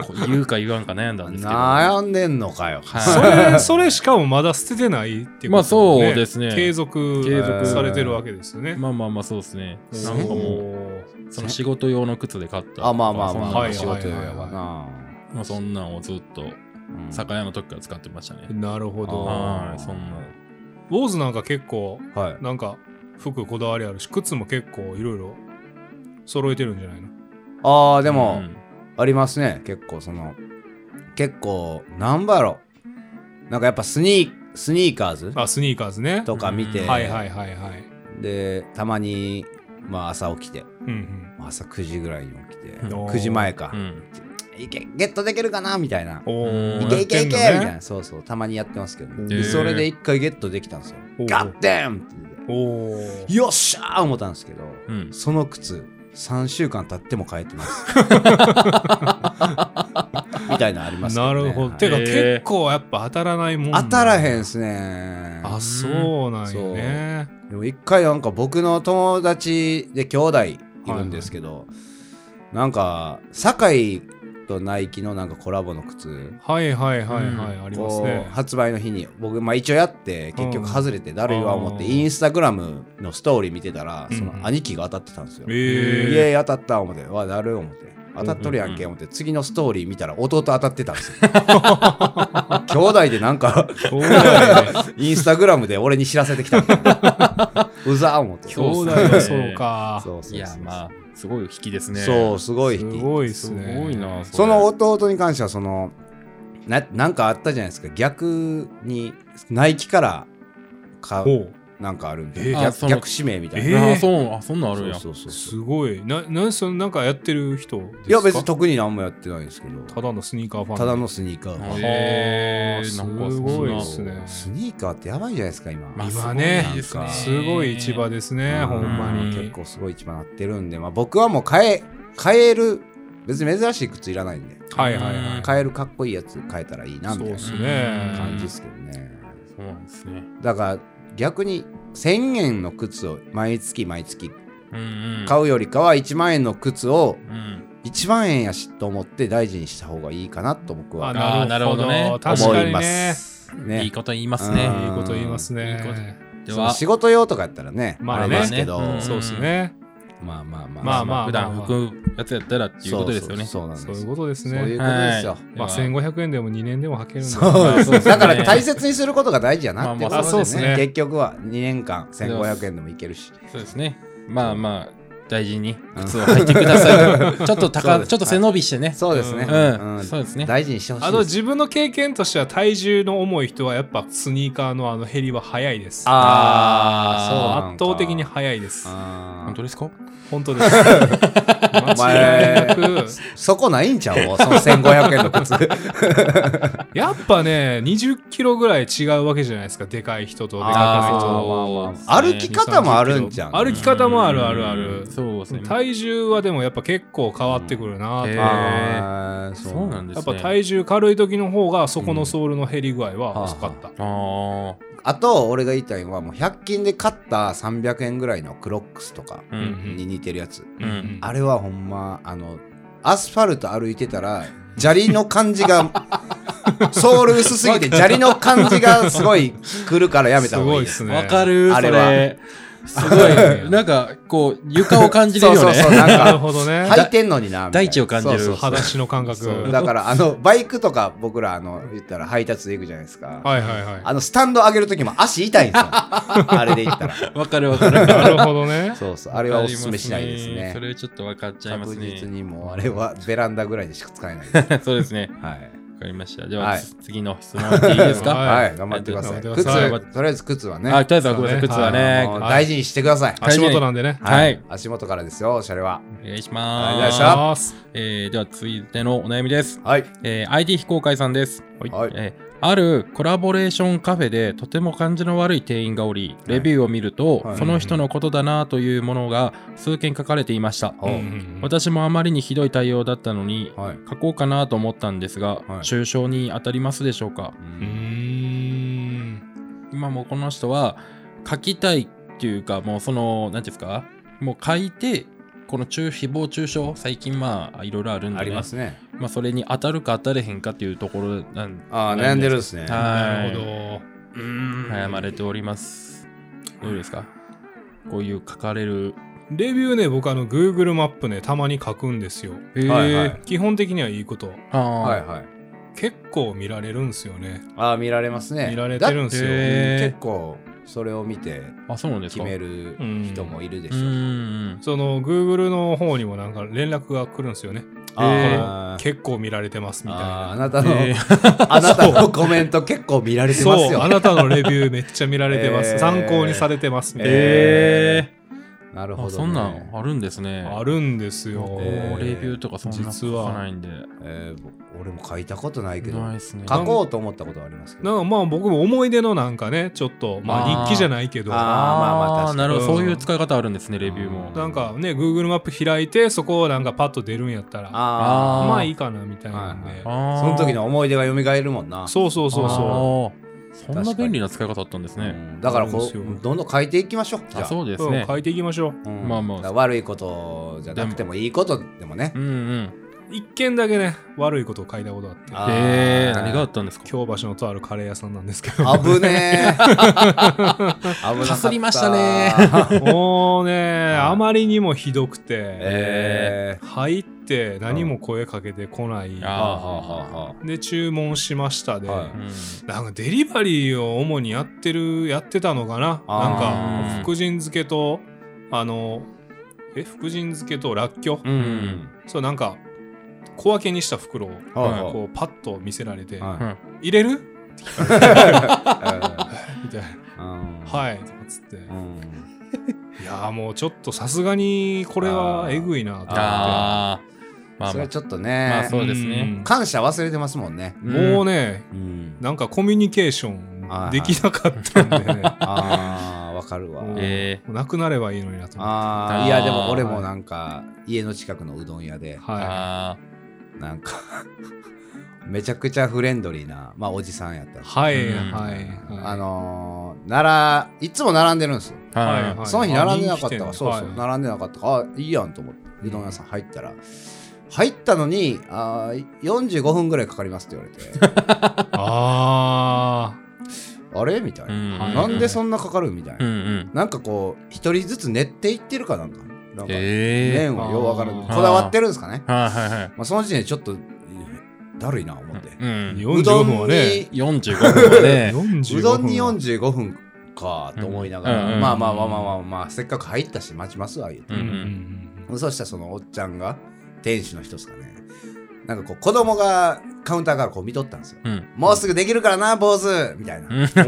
Speaker 4: こう言うか言わんか悩んだんですけど。
Speaker 2: 悩んでんのかよ
Speaker 4: はい
Speaker 3: それそれしかもまだ捨ててないっていうこと、ね、
Speaker 4: まあそうですね
Speaker 3: 継続
Speaker 4: 継
Speaker 2: 続
Speaker 3: されてるわけですよね、
Speaker 4: まあまあまあそうですね。
Speaker 3: な
Speaker 4: なんん
Speaker 3: か
Speaker 4: か
Speaker 3: も
Speaker 4: もう、その仕事用の靴で買った。
Speaker 2: あまあまあまあま
Speaker 3: は
Speaker 2: あ
Speaker 3: い
Speaker 2: 仕事やわな
Speaker 4: まあそんなんをずっと、
Speaker 2: うん
Speaker 4: 酒屋の時から使ってましたね
Speaker 3: う。なるほど
Speaker 2: あ
Speaker 4: はい、そんな。
Speaker 3: ウォーズなんか結構
Speaker 2: はい
Speaker 3: なんか服こだわりあるし靴も結構いろいろ揃えてるんじゃないの
Speaker 2: ああで
Speaker 4: う
Speaker 2: も、
Speaker 4: ん
Speaker 2: ありますね結構その結構なんだろうなんかやっぱスニースニーカーズ
Speaker 3: あスニーカーズね
Speaker 2: とか見て、
Speaker 4: うん
Speaker 3: はいはいはいはい
Speaker 2: でたまに、まあ、朝起きて
Speaker 3: うん
Speaker 2: 朝9時ぐらいに起きて、
Speaker 4: うん
Speaker 2: 9時前か
Speaker 4: う、ん
Speaker 2: いけゲットできるかなみたいな
Speaker 3: うんお
Speaker 4: うん
Speaker 3: ー
Speaker 2: いけいけいけみた
Speaker 3: やっ
Speaker 2: い
Speaker 3: てんの
Speaker 2: なそうそうたまにやってますけど、ね
Speaker 4: へ
Speaker 2: で
Speaker 4: ー
Speaker 2: それで一回ゲットできたんですよ
Speaker 3: おう
Speaker 2: ガッテンって言っ
Speaker 3: お
Speaker 2: てよっしゃー思ったんですけど、
Speaker 4: うん
Speaker 2: その靴3週間経っても変えてます みたいなのありま
Speaker 3: お
Speaker 2: すけど、
Speaker 3: な
Speaker 2: ね、
Speaker 3: るほど
Speaker 2: はい
Speaker 3: てか
Speaker 4: へー
Speaker 3: 結構やっぱ当たらないもんな
Speaker 2: 当たらへんっすね
Speaker 3: あそうなんよね
Speaker 2: でも一回なんか僕の友達で兄弟いるんですけど、なんか堺とナイキのなんかコラボの靴
Speaker 3: はいはいはいはい、
Speaker 4: う
Speaker 3: ありますね
Speaker 2: こう発売の日に僕、まあ、一応やって結局外れてだるいわ思って
Speaker 3: あー
Speaker 2: インスタグラムのストーリー見てたら
Speaker 3: うん
Speaker 2: その兄貴が当たってたんですよ、イ
Speaker 3: え
Speaker 2: エ
Speaker 3: え
Speaker 2: ーイ当たった思ってわだるい思って当たっとるやんけ思って次のストーリー見たら弟当たってたんですよ 兄弟でなんか
Speaker 3: そうだよね
Speaker 2: インスタグラムで俺に知らせてきたみ たいなうざー思って
Speaker 3: 兄
Speaker 4: そう
Speaker 3: 弟
Speaker 4: っすね
Speaker 3: はそうか
Speaker 2: そうそうそう
Speaker 4: いやまあすごい引きですね
Speaker 2: そうすごい
Speaker 3: す
Speaker 2: 引き
Speaker 3: ごいっす
Speaker 4: す
Speaker 3: ね
Speaker 4: ごいなれ
Speaker 2: その弟に関してはそのななんかあったじゃないですか逆にナイキから買う
Speaker 3: ほう
Speaker 2: なんかあるん
Speaker 3: え
Speaker 2: で、
Speaker 3: ー
Speaker 4: あそ
Speaker 2: 逆逆
Speaker 4: の
Speaker 2: 指名みたい
Speaker 3: え
Speaker 2: な。
Speaker 3: ー
Speaker 4: あそうあそんなんあるんや
Speaker 2: そうそうそう
Speaker 3: すごいななんそのなんかやってる人ですか
Speaker 2: いや別に特に何もやってないんですけど
Speaker 3: ただのスニーカーファン
Speaker 2: ただのスニーカー、
Speaker 4: へー
Speaker 3: はあ
Speaker 4: なんか
Speaker 3: すごいっす
Speaker 4: そんな
Speaker 3: ね
Speaker 2: スニーカーってやばいじゃないですか今、
Speaker 4: まあ
Speaker 3: 今ね
Speaker 4: すごいですね
Speaker 3: すごい市場ですね、
Speaker 2: うん
Speaker 3: ほんまに
Speaker 2: 結構すごい一番なってるんで、まあ、僕はもう買え買える別に珍しい靴いらないんで
Speaker 3: はいはいはい
Speaker 2: 買えるかっこいいやつ買えたらいいなみたいな
Speaker 3: そうっすね
Speaker 2: 感じですけどね、
Speaker 4: そうなんですね
Speaker 2: だから逆に1000円の靴を毎月毎月
Speaker 4: うんうん
Speaker 2: 買うよりかは1万円の靴を
Speaker 4: うん
Speaker 2: 1万円やしと思って大事にした方がいいかなと僕は
Speaker 3: あ
Speaker 4: あー
Speaker 3: なるほど
Speaker 4: なるほどね
Speaker 3: 確か
Speaker 2: 思い
Speaker 3: に
Speaker 2: ま
Speaker 3: ね
Speaker 2: す。
Speaker 4: いい
Speaker 2: ね。
Speaker 4: こと言います
Speaker 2: うん
Speaker 4: ね
Speaker 3: いいこと言いますね
Speaker 4: いいことで
Speaker 2: その
Speaker 4: は
Speaker 2: 仕事用とかやったらね、
Speaker 3: まあ
Speaker 2: あ
Speaker 3: ね
Speaker 2: れですけど、
Speaker 4: うん
Speaker 3: そうですね、
Speaker 2: まあまあまあ。
Speaker 3: まあまあ
Speaker 4: 普段拭くやつやったらっていうことですよね
Speaker 2: そうそうそうな
Speaker 3: そう
Speaker 2: ん
Speaker 3: い
Speaker 2: で
Speaker 3: う
Speaker 2: す
Speaker 3: ことです
Speaker 2: そうい
Speaker 3: ね
Speaker 2: うことですよ
Speaker 4: は。い
Speaker 3: まあ1500円でも2年でも履けるんで
Speaker 2: そうです
Speaker 4: そうですね
Speaker 2: だから大切にすることが大事やなってこと
Speaker 4: まあまあそうです
Speaker 3: ね
Speaker 2: 結局は2年間1500円でもいけるし。
Speaker 4: そうですね。まあまあ、大事に靴を履いてください。ちょっと
Speaker 2: そう
Speaker 4: 高、
Speaker 2: です
Speaker 4: ちょっと背伸びしてね。
Speaker 2: そうですね。
Speaker 4: う、
Speaker 2: うんん
Speaker 4: そうですね。
Speaker 2: 大事にしてほし
Speaker 3: あ
Speaker 2: い
Speaker 3: の
Speaker 2: です。
Speaker 3: 自分の経験としては体重の重い人はやっぱスニーカーのあの減りは早いです
Speaker 2: あーそうなん
Speaker 3: 圧
Speaker 2: か
Speaker 3: 倒的に早いです
Speaker 2: あ
Speaker 4: 本当
Speaker 2: ー
Speaker 4: ですか
Speaker 3: 本当です間違いなく
Speaker 2: そこないんちゃうもう その1500円の 靴。
Speaker 3: やっぱね20キロぐらい違うわけじゃないですかでかい人とでかくない
Speaker 2: あ
Speaker 3: 人と
Speaker 2: ー
Speaker 4: そう
Speaker 2: 歩き方もあるんじゃん。
Speaker 3: 歩き方もあるあるある
Speaker 4: そうですね。
Speaker 3: 体重はでもやっぱ結構変わってくるなと、
Speaker 4: うんへー
Speaker 2: あー
Speaker 4: そうなんで
Speaker 3: やっ
Speaker 4: す
Speaker 3: ぱ
Speaker 4: ね。
Speaker 3: 体重軽い時の方がそこのソールの減り具合は遅かった、
Speaker 4: あ
Speaker 2: あと俺が言いたいのはもう100均で買った300円ぐらいのクロックスとか
Speaker 4: あ。うん。
Speaker 2: に似てるやつ、
Speaker 4: うんうん
Speaker 2: あれはほんまあのアスファルト歩いてたら砂利の感じがソール薄すぎて砂利の感じがすごい来るからやめた方がいいです
Speaker 3: すごいっすね
Speaker 4: わかる、
Speaker 2: あ
Speaker 4: そ
Speaker 2: れ
Speaker 4: れ。すごい。なんか、こう、床を感じる
Speaker 2: そう
Speaker 4: よ
Speaker 2: そうそう
Speaker 4: ね。
Speaker 2: なん
Speaker 3: なる
Speaker 2: か
Speaker 3: ほどね
Speaker 2: 履いてんのになみたいな
Speaker 4: 大地を感じる
Speaker 2: そうそう
Speaker 3: 裸足の感覚
Speaker 2: そうだからあのバイクとか僕らあの言ったら配達で行くじゃないですか、
Speaker 3: はいはいはい
Speaker 2: あのスタンド上げる時も足痛いんですよあれで言ったら
Speaker 4: わかるわかる。
Speaker 3: なるほどね
Speaker 2: そうそうあれはおすすめしないです
Speaker 4: そ
Speaker 2: ね
Speaker 4: れちょっとわかっちゃいます
Speaker 2: 確
Speaker 4: ね。
Speaker 2: 実にもうあれはベランダぐらいでしか使えないです
Speaker 4: そうですね。わ
Speaker 2: はい
Speaker 4: かりました。では、
Speaker 2: はい
Speaker 4: 次の質問いっていいですか、
Speaker 3: はい
Speaker 2: はい、頑張ってください。
Speaker 3: 頑張
Speaker 2: 靴、
Speaker 3: ってください
Speaker 2: とりあえず靴はね、
Speaker 4: あ、とりあえずはごめんなさい。靴は
Speaker 2: あ
Speaker 4: ね。
Speaker 2: の大事にしてください。
Speaker 3: 足元なんでね
Speaker 4: はい
Speaker 2: 足元からですよ、おしゃれは。
Speaker 4: お願いします。
Speaker 2: お願いしま
Speaker 3: あ
Speaker 4: えーでは続いてのお悩みです、
Speaker 2: はい。
Speaker 4: えー ID 非公開さんです、
Speaker 2: はい。
Speaker 4: えーあるコラボレーションカフェでとても感じの悪い店員がおりレビューを見ると、
Speaker 2: はい
Speaker 4: その人のことだなというものが数件書かれていました、
Speaker 2: お
Speaker 4: 私もあまりにひどい対応だったのに、
Speaker 2: はい。
Speaker 4: 書こうかなと思ったんです
Speaker 2: は
Speaker 4: が、
Speaker 2: い
Speaker 4: 抽象に当たりますでしょうか
Speaker 3: うん
Speaker 4: 今もうこの人は書きたいっていうかもうその何ていうんですかもう書いてこの中誹謗中傷最近まあいろいろあるんで、ね、
Speaker 2: ありますね。
Speaker 4: まあ、それに当たるか当たれへんかっていうところなん
Speaker 2: ああ、悩んでるですね。
Speaker 4: はい
Speaker 3: なるほどうん
Speaker 4: 悩まれております。どうですかこういう書かれる。
Speaker 3: レビューね僕あの Google マップねたまに書くんですよ
Speaker 4: へ
Speaker 2: はいはい
Speaker 3: 基本的にはいいこと
Speaker 4: ああ、
Speaker 2: はいはい。
Speaker 3: 結構見られるんすよね
Speaker 2: ああ、見られますね。
Speaker 3: 見られてるんすよ
Speaker 2: だって結構、それを見て
Speaker 4: あ、そうなんです
Speaker 2: 決
Speaker 4: か。
Speaker 2: める人もいるでし
Speaker 4: う
Speaker 2: ょ
Speaker 4: んう
Speaker 2: う。
Speaker 4: ん。
Speaker 3: その Google の方にもなんか連絡が来るんですよね
Speaker 2: あー
Speaker 3: 結構見られてますみたい
Speaker 2: あーあ
Speaker 3: な
Speaker 2: なたの、
Speaker 4: え
Speaker 2: あなたのコメント結構見られてます
Speaker 3: そうあ
Speaker 2: よ。
Speaker 3: なたのレビューめっちゃ見られてま
Speaker 2: え
Speaker 3: す
Speaker 2: ー
Speaker 3: 参考にされてますみたいな、
Speaker 2: えなる
Speaker 4: ー
Speaker 2: ほど、
Speaker 4: あ、
Speaker 2: ね。
Speaker 4: そんなんあるんですね。
Speaker 3: あるんですよ、
Speaker 2: えー
Speaker 4: レビューとかそんな書かないんで。
Speaker 2: えーぼ俺も書いたことないけど、
Speaker 4: ないですね。
Speaker 2: 書こうと思ったことはありますけ
Speaker 3: なん
Speaker 2: ど。
Speaker 3: かまあ僕も思い出のなんかねちょっとま
Speaker 4: あ
Speaker 3: あ
Speaker 4: ー
Speaker 3: 日記じゃないけど
Speaker 2: あ
Speaker 3: な
Speaker 2: まあまあ確かに
Speaker 4: なるほど、
Speaker 3: うん
Speaker 4: そういう使い方あるんですね、レビューも。
Speaker 2: ー
Speaker 3: んかね Google マップ開いてそこをなんかパッと出るんやったら
Speaker 2: あ
Speaker 4: ー
Speaker 3: まあいいかなみたいなんで、
Speaker 2: はいはいあ
Speaker 4: あー
Speaker 2: その時の思い出が蘇るもんな。
Speaker 3: そうそうそうそう
Speaker 4: あーそんな便利な使い方あったんです
Speaker 2: う
Speaker 4: ね。
Speaker 2: んだからこ
Speaker 3: そう
Speaker 2: う
Speaker 3: ですよ
Speaker 2: どんどん書いていきましょう。じゃ
Speaker 4: あ
Speaker 2: あ
Speaker 4: そうです
Speaker 3: うん
Speaker 4: ね。
Speaker 3: 変えていきましょ
Speaker 2: う
Speaker 3: う
Speaker 2: ん
Speaker 4: まあまあ
Speaker 2: だから悪いことじゃなくてもいいことでもね
Speaker 4: う。んうん。
Speaker 3: 一件だけね悪いことを書いたことがあって
Speaker 2: あー
Speaker 4: えー、何があったんですか
Speaker 3: 京橋のとあるカレー屋さんなんですけど
Speaker 2: 危 ねえ。危なか
Speaker 4: か
Speaker 2: っ
Speaker 4: す
Speaker 2: た
Speaker 4: りましたね。
Speaker 3: もうねあまりにもひどくて、
Speaker 2: えー
Speaker 3: 入って何も声かけてこない、
Speaker 4: あー
Speaker 2: はあはあはあは
Speaker 3: で注文しましたで、
Speaker 2: はい
Speaker 4: うん
Speaker 3: なんかデリバリーを主にやってるやってたのかな
Speaker 2: あ
Speaker 4: ー
Speaker 3: なんか福神漬けとあのえ福神漬けとらっきょう、
Speaker 2: あ。うん。
Speaker 3: そうなんか小分けにした袋を
Speaker 2: はいはい
Speaker 3: こうパッと見せられて
Speaker 2: はい
Speaker 4: うん
Speaker 3: 「入れる?
Speaker 2: え」ー
Speaker 3: みたいな
Speaker 2: うん
Speaker 3: 「はい」とかつって
Speaker 2: うん
Speaker 3: いやーもうちょっとさすがにこれはえぐいなと思って
Speaker 4: あーまあ
Speaker 2: それ
Speaker 4: まあ
Speaker 2: はちょっと
Speaker 4: まあ
Speaker 2: ね
Speaker 4: そ、うですね
Speaker 3: ん
Speaker 2: 感謝忘れてますもんね。
Speaker 3: もうね
Speaker 2: うん
Speaker 3: なんかコミュニケーションできなかったんで ね
Speaker 2: ああ、わかるわ。
Speaker 3: うん
Speaker 4: え
Speaker 3: もうなくなればいいのになと思って
Speaker 2: あ
Speaker 4: あ
Speaker 2: あ
Speaker 4: ー
Speaker 2: いやでも俺もなんか家の近くのうどん屋で
Speaker 3: は
Speaker 4: あ
Speaker 2: なんか めちゃくちゃフレンドリーなまあおじさんやったん
Speaker 3: い
Speaker 2: です
Speaker 3: はい
Speaker 4: うん
Speaker 3: はい
Speaker 2: あのー、奈良いつも並んでるんですよ
Speaker 4: ーはい
Speaker 3: はい
Speaker 2: その日並んでなかったか
Speaker 3: あ
Speaker 2: らそうそう
Speaker 3: 人気店
Speaker 2: 並んでなかったからあいいやんと思ってうどん屋さん入ったら入ったのにあー45分ぐらいかかりますって言われて
Speaker 3: あ
Speaker 2: あれみたいうな、
Speaker 4: ん
Speaker 2: なんでそ
Speaker 4: ん
Speaker 2: んなかかるみたいな、
Speaker 4: うんうん
Speaker 2: なんかこう一人ずつ練っていってるかなんかなんか
Speaker 4: え
Speaker 2: 麺をようわからん
Speaker 3: あ
Speaker 2: こ
Speaker 3: ー
Speaker 2: だわってるんですかね
Speaker 4: えはいはいはい
Speaker 2: まあ、その時点でちょっとだるいな思って、
Speaker 4: う
Speaker 3: あ
Speaker 4: ん
Speaker 2: う
Speaker 3: 45
Speaker 2: どん
Speaker 3: 分はね
Speaker 2: に
Speaker 4: 45分でね
Speaker 3: 45
Speaker 2: うどんに
Speaker 3: 分は
Speaker 2: 45分かと思いながら、
Speaker 4: うんうん
Speaker 2: まあまあまあまあまあ、まあ、せっかく入ったし待ちますわ言うて
Speaker 4: う、ん
Speaker 2: そしたらそのおっちゃんが店主の人ですかねなんかこう子供がカウンターからこう見とったんですよ、
Speaker 4: うん
Speaker 2: もうすぐできるからな坊主みたいな、
Speaker 4: うん
Speaker 2: ち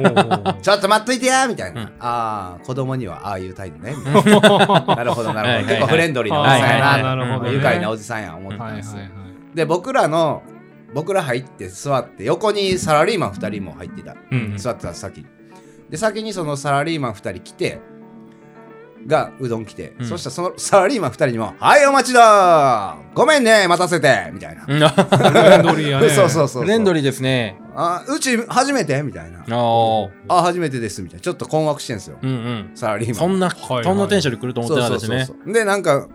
Speaker 2: ょっと待っといてやみたいな、
Speaker 4: うん
Speaker 2: ああ子供にはああいう態度ねみたいな なるほどなるほど、
Speaker 4: はいはいはい
Speaker 2: 結構フレンドリーなおじさんやな,、
Speaker 4: はいはいはいなるほどね
Speaker 2: 愉快なおじさんや思ってた
Speaker 3: は
Speaker 2: ん
Speaker 3: いはい
Speaker 2: ですよ、
Speaker 3: はい
Speaker 2: で僕らの僕ら入って座って横にサラリーマン2人も入ってた、
Speaker 3: うん
Speaker 2: 座ってた先にで先にそのサラリーマン2人来てがうどん来て、
Speaker 4: うん
Speaker 2: そしたらそのサラリーマン2人にも「はいお待ちだごめんね待たせて」みたいな、
Speaker 4: うんあ
Speaker 3: フレンドリーやね
Speaker 2: そうそうそうそう
Speaker 4: フレンドリーですね
Speaker 2: あうち初めてみたいな
Speaker 4: あー
Speaker 2: あ初めてですみたいなちょっと困惑してんすよ、
Speaker 4: うんうん
Speaker 2: サラリーマン
Speaker 4: そんな
Speaker 3: はいはい
Speaker 4: そんなテンションで来ると思ってなかったしね
Speaker 2: うでなんか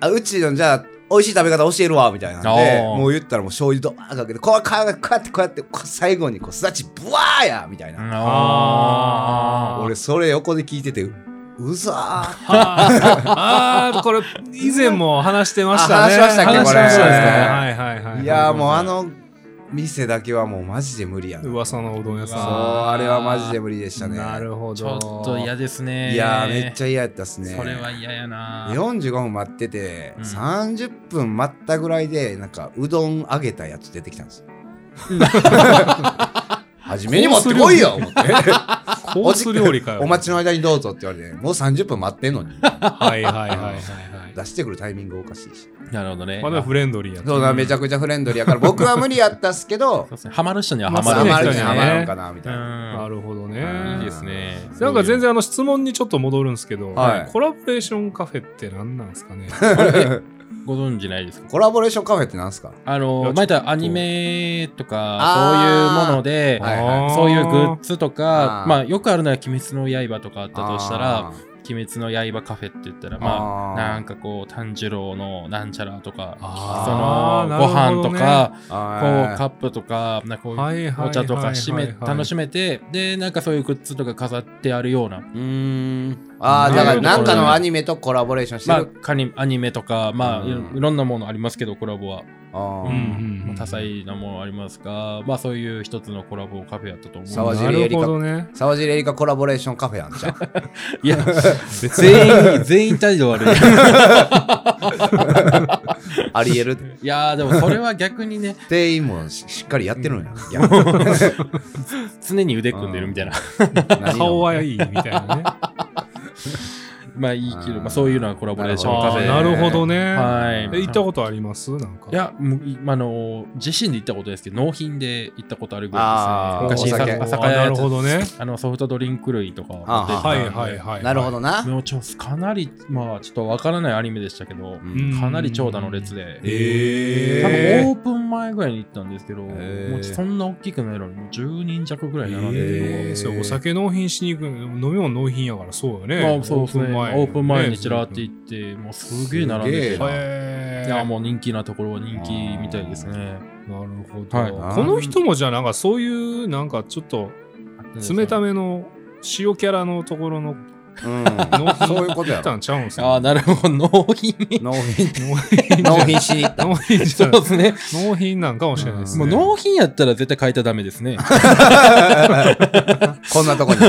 Speaker 2: あうちのじゃあ美味しい食べ方教えるわみたいなんで
Speaker 4: おー
Speaker 2: もう言ったらもう醤油ドバーかけてこうこうこうやってこうやってこう最後にこうすだちブワーやみたいな、
Speaker 4: あ
Speaker 2: 俺それ横で聞いててううざー
Speaker 3: あーあーこれ以前も話してました
Speaker 2: あ話
Speaker 3: ね
Speaker 2: しましたっけ
Speaker 3: 話
Speaker 2: これ
Speaker 3: ましたねはいはいはい
Speaker 2: いやーもうあの店だけはもうマジで無理やなそう
Speaker 3: 噂のうどん屋さ
Speaker 2: あれはマジで無理でした
Speaker 3: ん
Speaker 2: ね
Speaker 3: なるほど
Speaker 4: ちょっと嫌ですね
Speaker 2: いやーめっち
Speaker 4: ゃ
Speaker 2: ゃ嫌やったっすね
Speaker 4: それは嫌やな
Speaker 2: 45分待ってて、
Speaker 4: うん
Speaker 2: 30分待ったぐらいでなんかうどん揚げたやつ出てきたんですよ。初めに持ってこいよ思って
Speaker 3: コース料理かよ
Speaker 2: お待ちの間にどうぞって言われてもう30分待ってんのに
Speaker 3: はいはいはいはいはい
Speaker 2: 出してくるタイミングおかしいし
Speaker 4: なるほどね
Speaker 3: まだフレンドリーやった
Speaker 2: そうだめちゃくちゃフレンドリーやから僕は無理やったっすけど
Speaker 4: そうですねハマる人には
Speaker 3: ま
Speaker 4: ハ
Speaker 2: ハ
Speaker 3: あ
Speaker 4: マる
Speaker 2: マ
Speaker 3: そ
Speaker 2: る
Speaker 3: うで
Speaker 2: に
Speaker 3: す
Speaker 2: は
Speaker 3: ね
Speaker 2: ハマるんかなみたいな、
Speaker 3: なるほどね
Speaker 4: うんいいです
Speaker 2: ね
Speaker 4: ね。
Speaker 3: なんか全然あの質問にちょっと戻るんですけど、
Speaker 2: はい
Speaker 3: コラボレーションカフェって何なんですか ね
Speaker 4: ご存知ないですか
Speaker 2: コラボレーションカフェってなんすか
Speaker 4: あ
Speaker 3: いや
Speaker 4: の、前言ったアニメとか、
Speaker 2: あー
Speaker 4: そういうもので、
Speaker 2: はいはい
Speaker 3: あー
Speaker 4: そういうグッズとか、
Speaker 2: あー
Speaker 4: まあよくあるのは鬼滅の刃とかあったとしたら
Speaker 2: あ、
Speaker 4: 鬼滅の刃カフェって言ったら、ま
Speaker 2: あ
Speaker 4: あ
Speaker 2: ー
Speaker 4: なんかこう、炭治郎のなんちゃらとか、そ
Speaker 3: あー
Speaker 4: のご飯とか、
Speaker 2: ー
Speaker 4: こう
Speaker 2: あー
Speaker 4: カップとか、なんかこう
Speaker 3: はいはいはいはい
Speaker 4: お茶とかしめ楽しめて、で、なんかそういうグッズとか飾ってあるような
Speaker 2: うーんああ、
Speaker 4: うん
Speaker 2: だからなんかのアニメとコラボレーションして
Speaker 4: まあ
Speaker 2: る。
Speaker 4: カニアニメとかまあ、
Speaker 2: うん
Speaker 4: いろんなものありますけどコラボは、
Speaker 2: あ
Speaker 3: う
Speaker 2: ー
Speaker 3: んうんうん
Speaker 4: 多彩なものありますがまあそういう一つのコラボカフェやったと思
Speaker 2: 沢
Speaker 4: う
Speaker 2: 尻
Speaker 3: な
Speaker 2: エ
Speaker 3: る
Speaker 2: リカ
Speaker 3: ほどね。
Speaker 2: 沢尻エリカコラボレーションカフェやん じゃん。
Speaker 4: いや全員全員態度悪い
Speaker 2: ありえる。
Speaker 4: いやーでもそれは逆にね
Speaker 2: 店員もししっかりやってるんや。いや
Speaker 4: 常に腕組んでるみたいな
Speaker 3: 顔
Speaker 2: は。
Speaker 3: はいいみたい なね。
Speaker 4: まあいいけど、
Speaker 2: うん
Speaker 4: まあ、そういうのはコラボレーションカ
Speaker 3: あ
Speaker 4: フ
Speaker 3: ー
Speaker 4: ェ
Speaker 3: なるほどね。
Speaker 4: はい
Speaker 3: え行ったことありますなんか。
Speaker 4: いや、む今あの自身で行ったことですけど、納品で行ったことあるぐら
Speaker 3: お
Speaker 4: いですね。昔
Speaker 2: あーお酒
Speaker 4: さ
Speaker 3: あ
Speaker 4: 酒屋
Speaker 3: な
Speaker 4: や
Speaker 3: る
Speaker 4: って
Speaker 3: ほどね。
Speaker 4: あのソフトドリンク類とか
Speaker 2: あー
Speaker 4: 売
Speaker 3: はい
Speaker 4: ってたんで
Speaker 3: はいはい。
Speaker 2: なるほどな。
Speaker 4: もうちょかなり、まあ、ちょっとわからないアニメでしたけど、
Speaker 3: ん
Speaker 4: かなり長蛇の列で、多
Speaker 3: え
Speaker 4: 分
Speaker 3: ー
Speaker 4: オープン前ぐらいに行ったんですけど、
Speaker 2: ー
Speaker 4: もうそんな大きくないのに、もう10人弱ぐらい並んでるのが
Speaker 2: え
Speaker 3: えーそうお酒納品しに行く飲み物納品やからそうよね。
Speaker 4: まあ、そうです
Speaker 3: 前
Speaker 4: ね、オープン前にちらって行って、もうすげえ並んで
Speaker 2: すげ
Speaker 4: て、
Speaker 3: へー
Speaker 4: いや、もう人気なところは人気みたいですね。
Speaker 3: なるほど、
Speaker 4: はい
Speaker 3: この人もじゃあなんかそういうなんかちょっと冷ための塩キャラのところの
Speaker 2: うんそういうこと
Speaker 3: 行
Speaker 2: や
Speaker 3: った
Speaker 2: ろ。
Speaker 3: んちゃうんす
Speaker 4: ああ、
Speaker 3: か
Speaker 4: なるほど、納品
Speaker 2: 納品、
Speaker 3: 納品
Speaker 2: 納品しに行った。
Speaker 3: 納品じ
Speaker 4: そ
Speaker 3: ゃ
Speaker 4: う
Speaker 3: ない
Speaker 4: ですね。
Speaker 3: 納品なんかもしれないです
Speaker 4: も
Speaker 3: ね。
Speaker 4: う納品やったら絶対変えたらダメですね。
Speaker 2: こんなとこにね。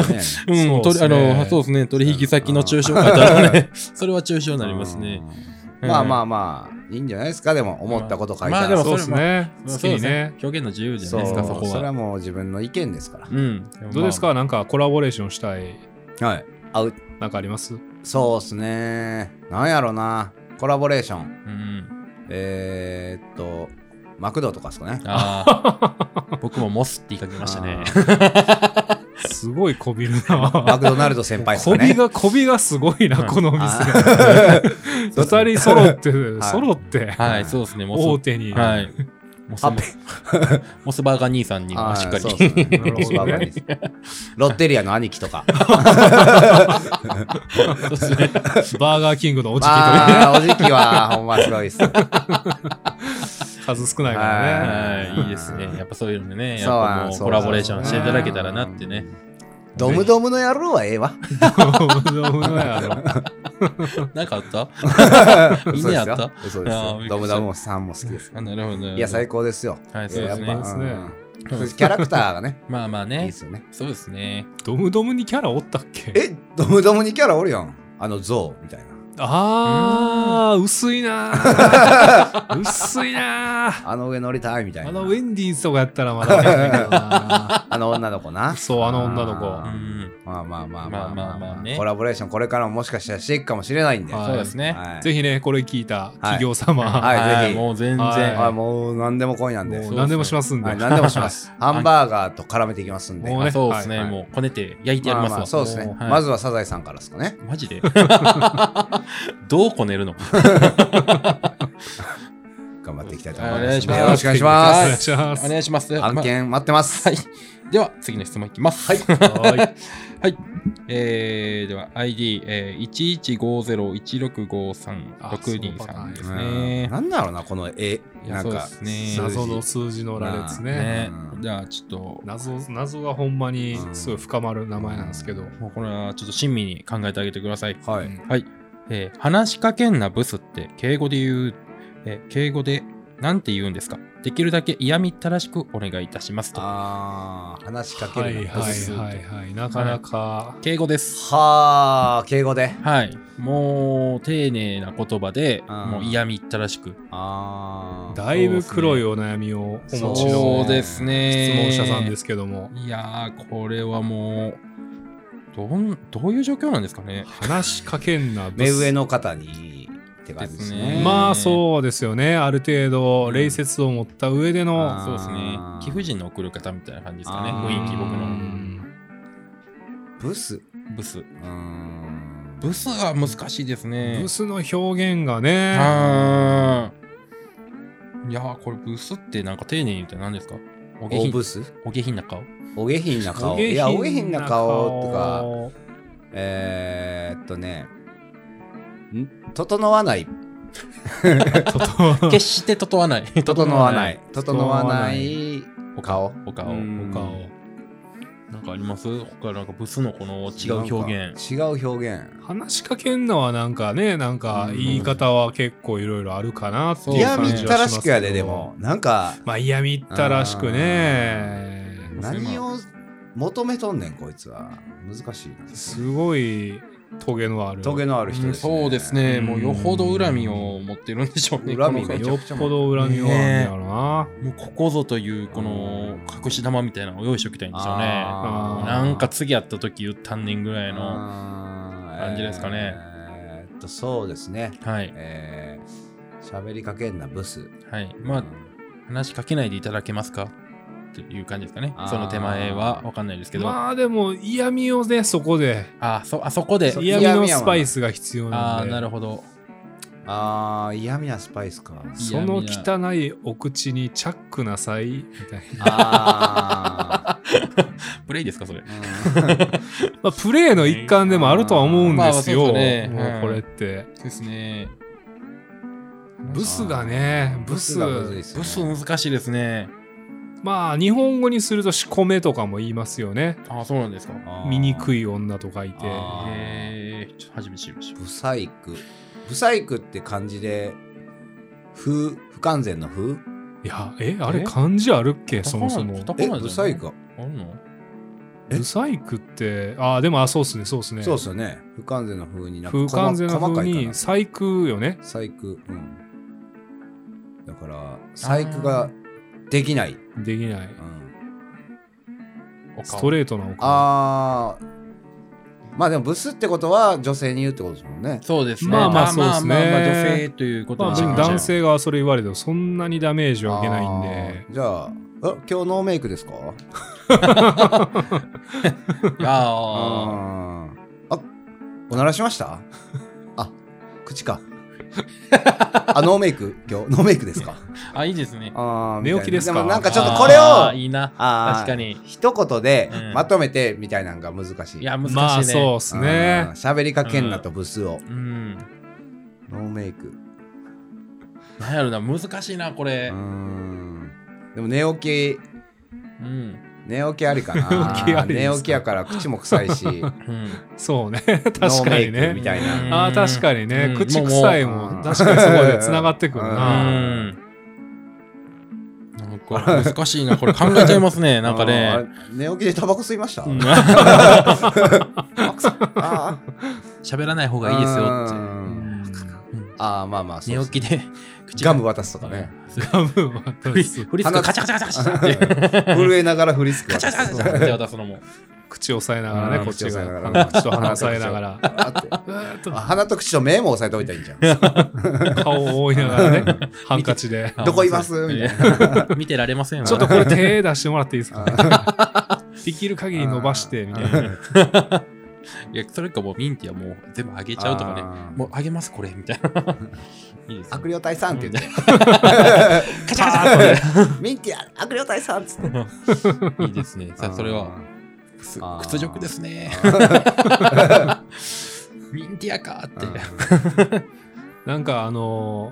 Speaker 4: うん、
Speaker 3: そうっ
Speaker 4: 取り
Speaker 3: す
Speaker 4: あ
Speaker 3: ね
Speaker 4: の、そうですね。取引先の中傷変えたらね、 それは中傷になりますね。
Speaker 2: うん。まあま
Speaker 4: あ、
Speaker 2: あまあ、いいんじゃないですか。でも、思ったこと書い
Speaker 4: ま
Speaker 2: た
Speaker 4: あで
Speaker 2: ら
Speaker 4: も。
Speaker 3: そうですね。
Speaker 4: まあ
Speaker 3: 好
Speaker 4: そ
Speaker 3: き
Speaker 4: うで
Speaker 3: に
Speaker 4: すね
Speaker 3: ね。。
Speaker 4: 表現の自由じゃ
Speaker 2: そ
Speaker 4: な
Speaker 2: う
Speaker 4: いですか、そこ
Speaker 2: それは
Speaker 4: は。
Speaker 2: もう自分の意見ですから。
Speaker 4: うん。
Speaker 3: どうですかなんかコラボレーションしたい
Speaker 2: はい。あう
Speaker 3: なんかあります
Speaker 2: そうっすね。なんやろな。コラボレーション。
Speaker 4: うん。
Speaker 2: えーっと、マクドとかですかね。
Speaker 4: ああ。僕もモスって言いかけましたね。
Speaker 3: すごいこびるな。
Speaker 2: マクドナルド先輩です
Speaker 3: こ
Speaker 2: か
Speaker 3: び
Speaker 2: ね。
Speaker 3: が、こびがすごいな、このお 店。二人揃って、揃って、
Speaker 4: はい、そうですね。モス。
Speaker 3: 大手に。
Speaker 4: はい。モス
Speaker 2: あ
Speaker 4: も、 モスバーガー兄さんにはしっかり。
Speaker 2: そうっすね
Speaker 3: なるほどね
Speaker 2: ロッテリアの兄貴とか。
Speaker 4: そうですね。
Speaker 3: バーガーキングのおじきと
Speaker 2: あ
Speaker 3: か
Speaker 2: あ、おじきはほんますごいっ す。
Speaker 3: 数少ないからね。
Speaker 4: はい、いいですね。やっぱそういうのでね、やっ
Speaker 2: そうなん
Speaker 4: ぱもう
Speaker 2: そう
Speaker 4: コラボレーションしていただけたらなってね。
Speaker 2: ドムドムの野郎はえ えわ。
Speaker 3: どうもやろ
Speaker 4: なんかあった
Speaker 2: そうです
Speaker 4: いいね
Speaker 2: よ
Speaker 4: あった
Speaker 2: そうです
Speaker 4: あーび
Speaker 2: よ
Speaker 4: っくりした
Speaker 2: ドムドムさんも好きです。
Speaker 4: あなるほど。
Speaker 2: いや、最高ですよ。
Speaker 4: はい、そう
Speaker 2: や
Speaker 4: で
Speaker 2: っ
Speaker 4: す
Speaker 2: ぱ
Speaker 4: ね。
Speaker 2: うんキャラクターがね、
Speaker 4: まあまあ
Speaker 2: いい
Speaker 4: ね
Speaker 2: で。すよね。
Speaker 4: そうですね。
Speaker 3: ドムドムにキャラおったっけ
Speaker 2: え、ドムドムにキャラおるやん。あの象みたいな。
Speaker 3: あー、薄いな ー薄いなー
Speaker 2: あの上乗りたいみたい
Speaker 3: あ
Speaker 2: な
Speaker 3: のウ。ェンディーズとかやったらまだわかんないけどな
Speaker 2: あの女の子 な。
Speaker 3: そうあの女の子
Speaker 4: う
Speaker 2: あ
Speaker 4: ん。
Speaker 2: ーまあまあまあまあ
Speaker 4: まあまあまあね
Speaker 2: コラボレーションこれからももしかしたらしていくかもしれないんで。
Speaker 3: はい
Speaker 4: そうですね。
Speaker 2: はい
Speaker 3: ぜひね、これ聞いた企業様、
Speaker 2: はいぜひ
Speaker 4: もう全
Speaker 3: は
Speaker 2: あ
Speaker 4: 然。
Speaker 2: もう何でも今夜なんで。
Speaker 3: も
Speaker 4: そうう
Speaker 3: 何でもしますんで。
Speaker 2: はい、何でもし ます。ハンバーガーと絡めていきますんで。
Speaker 3: もう
Speaker 4: あそうです
Speaker 3: は
Speaker 4: ね。
Speaker 3: いはい
Speaker 4: もうこねて焼いてやり
Speaker 2: まあ
Speaker 4: ます
Speaker 2: まあ
Speaker 4: わ。
Speaker 2: そうですね。
Speaker 4: もはい
Speaker 2: まずはサザエさんからですかね。
Speaker 4: マジで どうこねるの
Speaker 2: 頑張っていきたいと思います。
Speaker 4: お願いします
Speaker 2: よろしくお願いします。
Speaker 3: お願いし
Speaker 4: お
Speaker 3: ます。
Speaker 4: 願いします。
Speaker 2: 案件待ってます。
Speaker 4: はいでは次の質問いきます。はい。はい。えー、では ID、えー、11501653623623です
Speaker 2: うん
Speaker 4: ね。
Speaker 2: なんだろうな、この絵。
Speaker 4: いや
Speaker 2: なんか
Speaker 4: そうですね、
Speaker 3: 謎の数字の羅列ね。
Speaker 4: ね
Speaker 2: う。ん
Speaker 4: じゃあちょっと、
Speaker 3: 謎謎がほんまに
Speaker 2: うん
Speaker 3: すごい深まる名前なんですけど。
Speaker 4: もうこれはちょっと親身に考えてあげてください。
Speaker 2: は
Speaker 3: う
Speaker 2: い。
Speaker 3: ん
Speaker 4: はい。えー話しかけんなブスって敬語で言う、えー敬語でなんて言うんですかできるだけ嫌みったらしくお願いいたしますと。
Speaker 2: あー、話しかけ
Speaker 3: は
Speaker 2: る
Speaker 3: い
Speaker 2: な
Speaker 3: はいはいはい。なかなか。
Speaker 4: 敬語です。
Speaker 2: はあ、敬語で。
Speaker 4: はい。もう丁寧な言葉で、
Speaker 2: あー
Speaker 4: もう嫌みったらしく。
Speaker 2: あー。
Speaker 3: だいぶ黒いお悩みをお持ちの
Speaker 2: そ
Speaker 3: 質
Speaker 2: う
Speaker 3: 問
Speaker 2: です
Speaker 4: ね
Speaker 3: 者さんですけども。
Speaker 4: いやー、これはもう、どん、どういう状況なんですかね。
Speaker 3: 話しかけんなブ
Speaker 2: 目
Speaker 3: ス
Speaker 2: 上の方にって感じです
Speaker 4: です
Speaker 2: ね。
Speaker 4: ね
Speaker 3: まあそうですよね。ある程度礼節を持った上での。
Speaker 2: あー
Speaker 4: そうですね。貴婦人の送る方みたいな感じですかね。
Speaker 2: あー
Speaker 4: 雰囲気、僕
Speaker 3: う
Speaker 4: の。
Speaker 3: ん
Speaker 2: ブス。う
Speaker 4: ブス。
Speaker 2: ーん。
Speaker 4: ブスは難しいですね。
Speaker 3: ブスの表現がね。
Speaker 4: あーいやー、これブスってなんか丁寧に言って何ですかお下
Speaker 2: お
Speaker 4: 品
Speaker 2: ブス
Speaker 4: お下品な顔
Speaker 2: お下品な顔。いや、お下品な顔とか。
Speaker 3: お下品な
Speaker 2: えー、っとね、ん整わない。
Speaker 3: 顔。
Speaker 4: 決して整わない。
Speaker 2: 整わない。
Speaker 3: 整
Speaker 2: 整わ
Speaker 3: わな
Speaker 2: ないい。顔。
Speaker 4: お顔。
Speaker 2: うん
Speaker 3: お顔。なん
Speaker 4: かあります他なんかブスのこの違う表現。
Speaker 2: 現。違う表現。
Speaker 3: 話しかけんのはなんかね、なんか言い方は結構いろいろあるかなっていう
Speaker 2: 嫌
Speaker 3: 感
Speaker 2: み
Speaker 3: じは
Speaker 2: っ
Speaker 3: しますけど
Speaker 2: たらしくやで、でも。。なんか、
Speaker 3: まあ嫌みったらしくね。
Speaker 2: 何を求めとんねん、こいつは。難しいな。
Speaker 3: すごいトゲのある。
Speaker 2: トゲのある人
Speaker 4: うん
Speaker 2: です、ね
Speaker 4: そうです。ね。
Speaker 3: うん
Speaker 4: もうよほど恨みを持ってるんでしょうね。
Speaker 2: 恨み
Speaker 4: こ
Speaker 2: め
Speaker 4: の会
Speaker 2: ち
Speaker 4: 長
Speaker 2: ゃ
Speaker 3: よっ
Speaker 2: くちゃ
Speaker 3: ぽど恨みはあるんねやろな。
Speaker 4: もうここぞというこの隠し玉みたいなのを用意しておきたいんですよね。
Speaker 2: あー
Speaker 4: なんか次やった時言ったんねんぐらいの。
Speaker 2: の
Speaker 4: 感じですかね。
Speaker 2: えーっと、そうですね。
Speaker 4: はい。
Speaker 2: えー、喋りかけんな、ブス。
Speaker 4: はい。まあ、話しかけないでいただけますかという感じですかね
Speaker 2: あ。ー
Speaker 4: その手前はわかんないですけど。
Speaker 3: まあでも嫌味をね、そこで。
Speaker 4: あ、そ、あそこで
Speaker 2: そう。
Speaker 3: 嫌味のスパイスが必要
Speaker 4: あ
Speaker 3: な
Speaker 4: あ、
Speaker 3: んで。
Speaker 4: なるほど。
Speaker 2: あー、嫌味なスパイスか。
Speaker 3: その汚いお口にチャックなさいみたいな。
Speaker 2: あ
Speaker 4: プレイですか、それ。
Speaker 2: ー、
Speaker 3: まあ、プレーの一環でもあるとは思うんですよ。
Speaker 4: まあそうですよね
Speaker 3: もうこれって。
Speaker 4: ですね。
Speaker 3: ブスがね、ブス。
Speaker 2: がむずいっすよ
Speaker 4: ブ
Speaker 2: ね
Speaker 4: ス難しいですね。
Speaker 3: まあ、日本語にすると仕込めとかも言いますよね。
Speaker 4: あ、そうなんですか。
Speaker 2: あー
Speaker 3: 醜い女とかいて。
Speaker 2: あー
Speaker 4: えー、ちょっと初めて知りまし
Speaker 2: ブサイク。ブサイクって漢字で、不、不完全の不
Speaker 3: いや、え、あれ
Speaker 4: え
Speaker 3: 漢字あるっけ
Speaker 4: た。
Speaker 3: そもそも
Speaker 4: カ。タカ
Speaker 2: え、
Speaker 4: ナじゃない
Speaker 2: ブサイクか
Speaker 4: あるの
Speaker 2: え
Speaker 3: ブサイクって、ああ、でも、あ、そうっすね、そうっすね。
Speaker 2: そうっすよね。不完全の風になんか
Speaker 3: 不完全な
Speaker 2: 細か
Speaker 3: 風
Speaker 2: いか
Speaker 3: に、
Speaker 2: な。
Speaker 3: 細工よね。
Speaker 2: 細工。うん。だから、細工ができない。
Speaker 3: でき
Speaker 2: う
Speaker 3: ない。
Speaker 2: ん、
Speaker 3: スト
Speaker 4: レ
Speaker 3: レートなお顔。
Speaker 2: あー。まあでも、ブスってことは女性に言うってことですもんね。
Speaker 4: そうですね。
Speaker 3: まあまあそうですね
Speaker 4: まあまあまあ女性ということ
Speaker 3: まあ、
Speaker 4: に
Speaker 3: 別
Speaker 4: し
Speaker 3: に
Speaker 4: ましょう
Speaker 3: 男性がそれ言われても、そんなにダメージは受けないんで。
Speaker 2: あー。じゃあ、え今日ノーメイクですか
Speaker 4: あ
Speaker 2: あーあ、おならしましたあ、口か。あ、ノーメイク今日、ノーメイクですか
Speaker 4: ーあ、いいですね。
Speaker 2: あー
Speaker 3: 寝起きですか
Speaker 2: みたいなもなんかちょっとこれ
Speaker 4: あー
Speaker 2: を、
Speaker 4: いいな。
Speaker 2: あー
Speaker 4: 確かに。
Speaker 2: 一言で
Speaker 4: うん
Speaker 2: まとめてみたいなのが難しい。
Speaker 4: いや、難しいね。
Speaker 3: まあ、そうっ
Speaker 2: です
Speaker 3: ね。
Speaker 2: 喋りかけんなとブスを。
Speaker 4: うん。
Speaker 2: ノーメイク。
Speaker 4: なんやろな、難しいな、こ
Speaker 2: うー
Speaker 4: れ。
Speaker 2: ん。でも寝起き、
Speaker 4: うん。
Speaker 2: 寝起きありかな。
Speaker 3: 寝起きありですか
Speaker 2: 寝起きやから口も臭いし、ノ
Speaker 4: うん。
Speaker 3: そうね。確
Speaker 2: ー
Speaker 3: か
Speaker 2: メイク
Speaker 3: にね
Speaker 2: み。たいな。
Speaker 3: ああ、確かに
Speaker 4: う
Speaker 3: ね
Speaker 4: ん。
Speaker 3: 口臭い
Speaker 2: もうも
Speaker 3: も
Speaker 2: う
Speaker 3: 確かにそこで繋がってくる
Speaker 4: う
Speaker 3: な。
Speaker 4: ん。なんか難しいな、これ考えちゃいます ね、なんか
Speaker 2: あ
Speaker 4: ね。
Speaker 2: ー。寝起きでタバコ吸いました。
Speaker 4: うん
Speaker 2: あ
Speaker 4: 喋らない方
Speaker 2: あ
Speaker 4: がいいですよって。
Speaker 2: うん
Speaker 4: うん
Speaker 2: ああ、まあまあ、そうで
Speaker 4: 寝
Speaker 2: すね
Speaker 4: 起きで口が
Speaker 2: ガム渡すとかね。
Speaker 3: ガムは
Speaker 4: フリフリスクカチャカチャカチャカチャっ て
Speaker 2: 震えながらフリスク
Speaker 4: カチャ
Speaker 2: 渡
Speaker 4: カチャカ
Speaker 2: す
Speaker 4: チ。ャって渡すのも。
Speaker 3: 口を押さえながら
Speaker 2: う
Speaker 3: ね、
Speaker 2: ん
Speaker 3: こっ
Speaker 2: 口
Speaker 3: ち
Speaker 2: を押さえな
Speaker 3: が。
Speaker 2: がら
Speaker 3: 口と鼻を押さえながら。
Speaker 2: あってあ鼻と口と目も押さえておいたらいいんじゃん。
Speaker 3: 顔を覆いながらね、ハンカチで。
Speaker 2: どこいますみたい
Speaker 4: な。見てられませんわ。
Speaker 3: ちょっとこれ手出してもらっていいですか
Speaker 2: な。
Speaker 3: できる限り伸ばして、みたいな。
Speaker 4: いや、それかもうミンティアもう全部あげちゃうとかね。
Speaker 2: あー
Speaker 4: もうあげます、これ、みたいな。 いいですね
Speaker 2: 悪霊退散って言って。
Speaker 4: カチャカチャって
Speaker 2: ミンティア、悪霊退散っつって。
Speaker 4: いいですね。さあ、それは。す
Speaker 2: あー
Speaker 4: 屈辱で すね。ミンティアかーって。
Speaker 3: なんかあの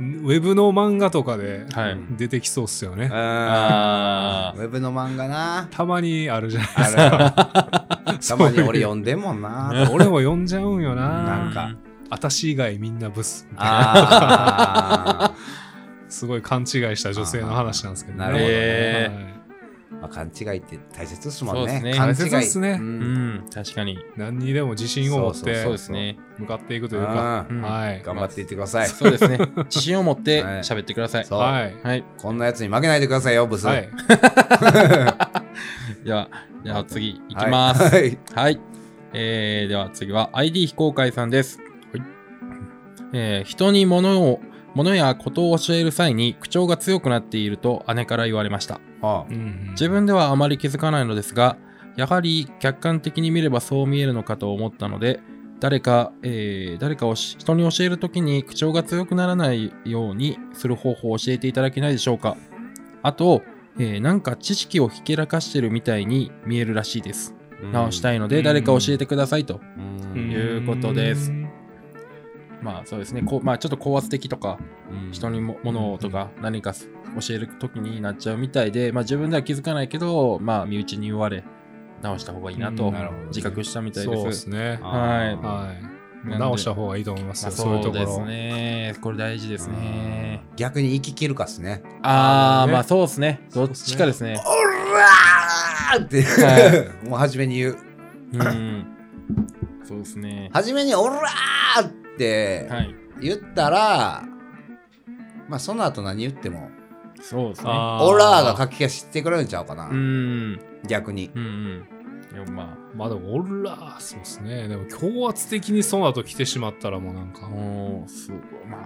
Speaker 3: ー、ウェブの漫画とかで
Speaker 4: はい
Speaker 3: 出てきそうっすよね。
Speaker 2: あ
Speaker 4: あ
Speaker 2: ーウェブの漫画な。
Speaker 3: たまにあるじゃないで
Speaker 2: あ る
Speaker 3: す
Speaker 2: た
Speaker 3: か。
Speaker 2: まに俺読んでんもんな。
Speaker 3: 俺も読んじゃうんよ
Speaker 2: なん
Speaker 3: な。
Speaker 2: か
Speaker 3: 私以外みんなブス。
Speaker 2: あ
Speaker 3: すごい勘違いした女性の話なんですけど
Speaker 2: あーなるほどね
Speaker 3: はい
Speaker 2: ーまあ勘違いって大切ですも
Speaker 4: そ
Speaker 2: ん
Speaker 4: うです
Speaker 2: ね。
Speaker 4: ね
Speaker 2: 勘違い
Speaker 3: 大切っすね
Speaker 4: う
Speaker 2: うん
Speaker 4: ん、確かに。
Speaker 3: 何にでも自信を持っ
Speaker 2: そうそう
Speaker 4: そう
Speaker 3: て
Speaker 4: ですね。
Speaker 3: 向かっていくというか。
Speaker 2: うん
Speaker 4: ん
Speaker 3: はい。
Speaker 2: 頑張っていってください。
Speaker 4: そう ですね。自信を持って
Speaker 2: はい
Speaker 4: 喋ってください。
Speaker 2: そう
Speaker 3: はい。
Speaker 4: はい。
Speaker 2: こんなやつに負けないでくださいよ、ブス。
Speaker 3: はい。
Speaker 4: では、では次いきます。
Speaker 2: は
Speaker 4: はい。
Speaker 2: い。
Speaker 4: えーでは次は ID 非公開さんです。えー人に物を、物やことを教える際に口調が強くなっていると姉から言われました。
Speaker 2: は
Speaker 3: うん
Speaker 4: 自分ではあまり気づかないのですがやはり客観的に見ればそう見えるのかと思ったので誰か、えー誰かをし人に教えるときに口調が強くならないようにする方法を教えていただけないでしょうかあと、えーなんか知識をひけらかしてるみたいに見えるらしいです
Speaker 2: あ
Speaker 4: 直した
Speaker 2: い。
Speaker 4: いので誰か教えてくださいと、
Speaker 2: う
Speaker 3: うんん
Speaker 4: いうことですまあそうですねこう、まあ、ちょっと高圧的とか人にも物をとか何かす教えるときになっちゃうみたいで、まあ、自分では気づかないけど、まあ、身内に言われ直した方がいいな
Speaker 3: う
Speaker 4: と
Speaker 3: んなるほどね
Speaker 4: 自覚したみたい
Speaker 3: そう
Speaker 4: で。
Speaker 3: ですすね。
Speaker 4: はい
Speaker 2: あ
Speaker 3: はい。
Speaker 4: なんで
Speaker 3: 直した方がいいと思います
Speaker 4: まあ
Speaker 3: よ、そういうと
Speaker 4: そう
Speaker 3: こ
Speaker 4: です
Speaker 3: ろ。
Speaker 4: ね。これ大事ですね。
Speaker 2: ー逆に生き切るかっすね。
Speaker 4: ああ、
Speaker 3: ね
Speaker 4: まあそうですね。どっちかですね。
Speaker 2: おらーって、
Speaker 4: は
Speaker 2: もう初めに言う。
Speaker 4: うん。そうですね。
Speaker 2: 初めにおらーって
Speaker 4: はい。
Speaker 2: 言ったら、まあその後何言っても、
Speaker 4: そうですね。
Speaker 3: あ
Speaker 2: オラーが書き消してくれるんちゃうかな、
Speaker 4: うん。うん
Speaker 2: 逆に。
Speaker 4: うん。いや、ま
Speaker 3: まあでも、オラー、そうですね。でも、強圧的にそうなと来てしまったらもうな ん
Speaker 4: あ、
Speaker 3: か、
Speaker 4: もう、すごい、ま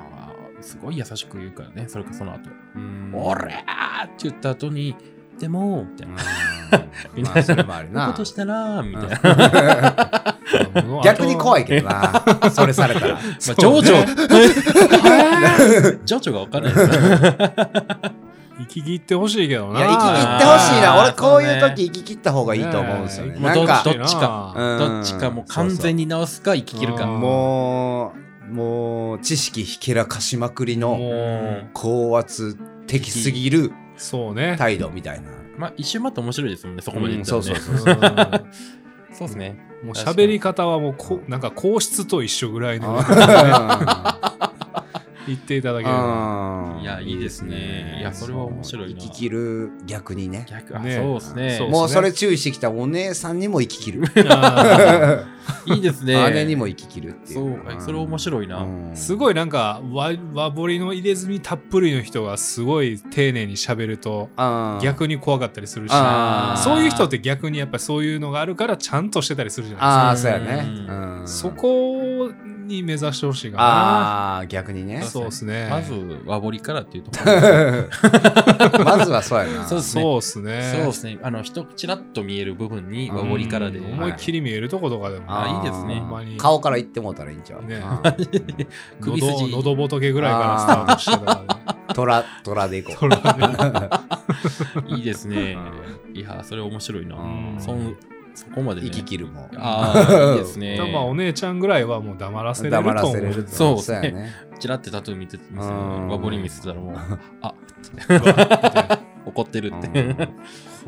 Speaker 4: あ、すごい優しく言うからね。それかその後。
Speaker 3: うん
Speaker 4: おらーって言った後に、でも、みたい
Speaker 2: う
Speaker 4: な。
Speaker 2: ん まあそれもある
Speaker 4: こういう
Speaker 2: な
Speaker 4: こと。したら、みたいな。
Speaker 2: 逆に怖
Speaker 3: い。
Speaker 2: いけどな、それされたら。
Speaker 4: まあ、情緒、情緒がわからないですね。
Speaker 3: 生き切ってほしいけど
Speaker 2: い
Speaker 3: な。
Speaker 2: や、生き切ってほしいな。
Speaker 4: あ
Speaker 2: 俺、
Speaker 4: ー
Speaker 2: こういう
Speaker 4: そうね
Speaker 2: 時生き切った方がいいと思うんですよね。
Speaker 3: ね
Speaker 4: もう
Speaker 2: なん
Speaker 4: ど
Speaker 2: か、
Speaker 4: どっちか。
Speaker 2: うん
Speaker 4: どっちかもう完全に直すか、生き切る
Speaker 3: う
Speaker 4: か。
Speaker 3: ん
Speaker 2: もう、もう、知識ひけらかしまくりの
Speaker 3: もう
Speaker 2: 高圧的すぎる
Speaker 3: そうね。
Speaker 2: 態度みたいな。
Speaker 4: まあ、一瞬待って面白いですもんね、そこまで言ったら、
Speaker 2: う
Speaker 4: ね
Speaker 2: んそう
Speaker 3: うんも
Speaker 4: そうですね。
Speaker 3: う喋り方はもうこ、なんか皇室と一緒ぐらいの言っていただければ。
Speaker 2: うん
Speaker 4: いや、いいですね。いや、それは面白いな。
Speaker 2: 生き切る逆にね。
Speaker 4: 逆あ、
Speaker 3: ね
Speaker 4: そうですね。
Speaker 3: そう
Speaker 2: もうそれ注意してきたお姉さんにも生き切る。
Speaker 3: あ
Speaker 4: いい ですね。
Speaker 2: 姉にも生き切るっていう。
Speaker 4: そうか、それ面白いな。
Speaker 3: ーす
Speaker 2: い。
Speaker 3: ごいなんか和和彫りの入れ墨たっぷりの人がすごい丁寧に喋ると
Speaker 2: あー
Speaker 3: 逆に怖かったりするし
Speaker 2: あ
Speaker 4: ー
Speaker 3: そういう人って逆にやっぱりそういうのがあるからちゃんとしてたりするじゃない
Speaker 2: ああ、そうやね。
Speaker 4: う
Speaker 2: うん
Speaker 3: ですかそこに目指してほしいかな
Speaker 2: ああ、逆にね。
Speaker 3: そうですね
Speaker 4: まず、和彫りからっていうとこ ろ。
Speaker 2: まずはそうやな。
Speaker 4: そうです
Speaker 3: そ
Speaker 4: ね
Speaker 3: うですね
Speaker 4: そうですね。あの、人、ちらっと見える部分に和彫りからで。
Speaker 3: うん
Speaker 2: は
Speaker 3: 思いっきり見えるとことかでも
Speaker 4: あいいですね
Speaker 2: あー
Speaker 3: ほんまに
Speaker 2: 顔から言ってもうたらいいんちゃう。
Speaker 3: ね
Speaker 4: 首筋
Speaker 3: 喉喉仏ぐらいからスタートしてたからね
Speaker 2: トラ、トラでいこ。
Speaker 3: そ うらね
Speaker 4: いいですね。いや、それ面白いな
Speaker 2: う。ん
Speaker 4: そんそこまでね。
Speaker 2: 生き切るも。
Speaker 4: ああ、い いですね。
Speaker 3: まあお姉ちゃんぐらいはもう黙らせれると
Speaker 2: 黙ら
Speaker 3: 思
Speaker 2: せれ
Speaker 3: う
Speaker 2: ると
Speaker 4: そう
Speaker 2: そうやね。
Speaker 4: ちらってタトゥー見て、見せて
Speaker 2: うん
Speaker 4: 和彫り見せてたらもう、あ怒ってるっ
Speaker 2: う
Speaker 4: て。
Speaker 2: ん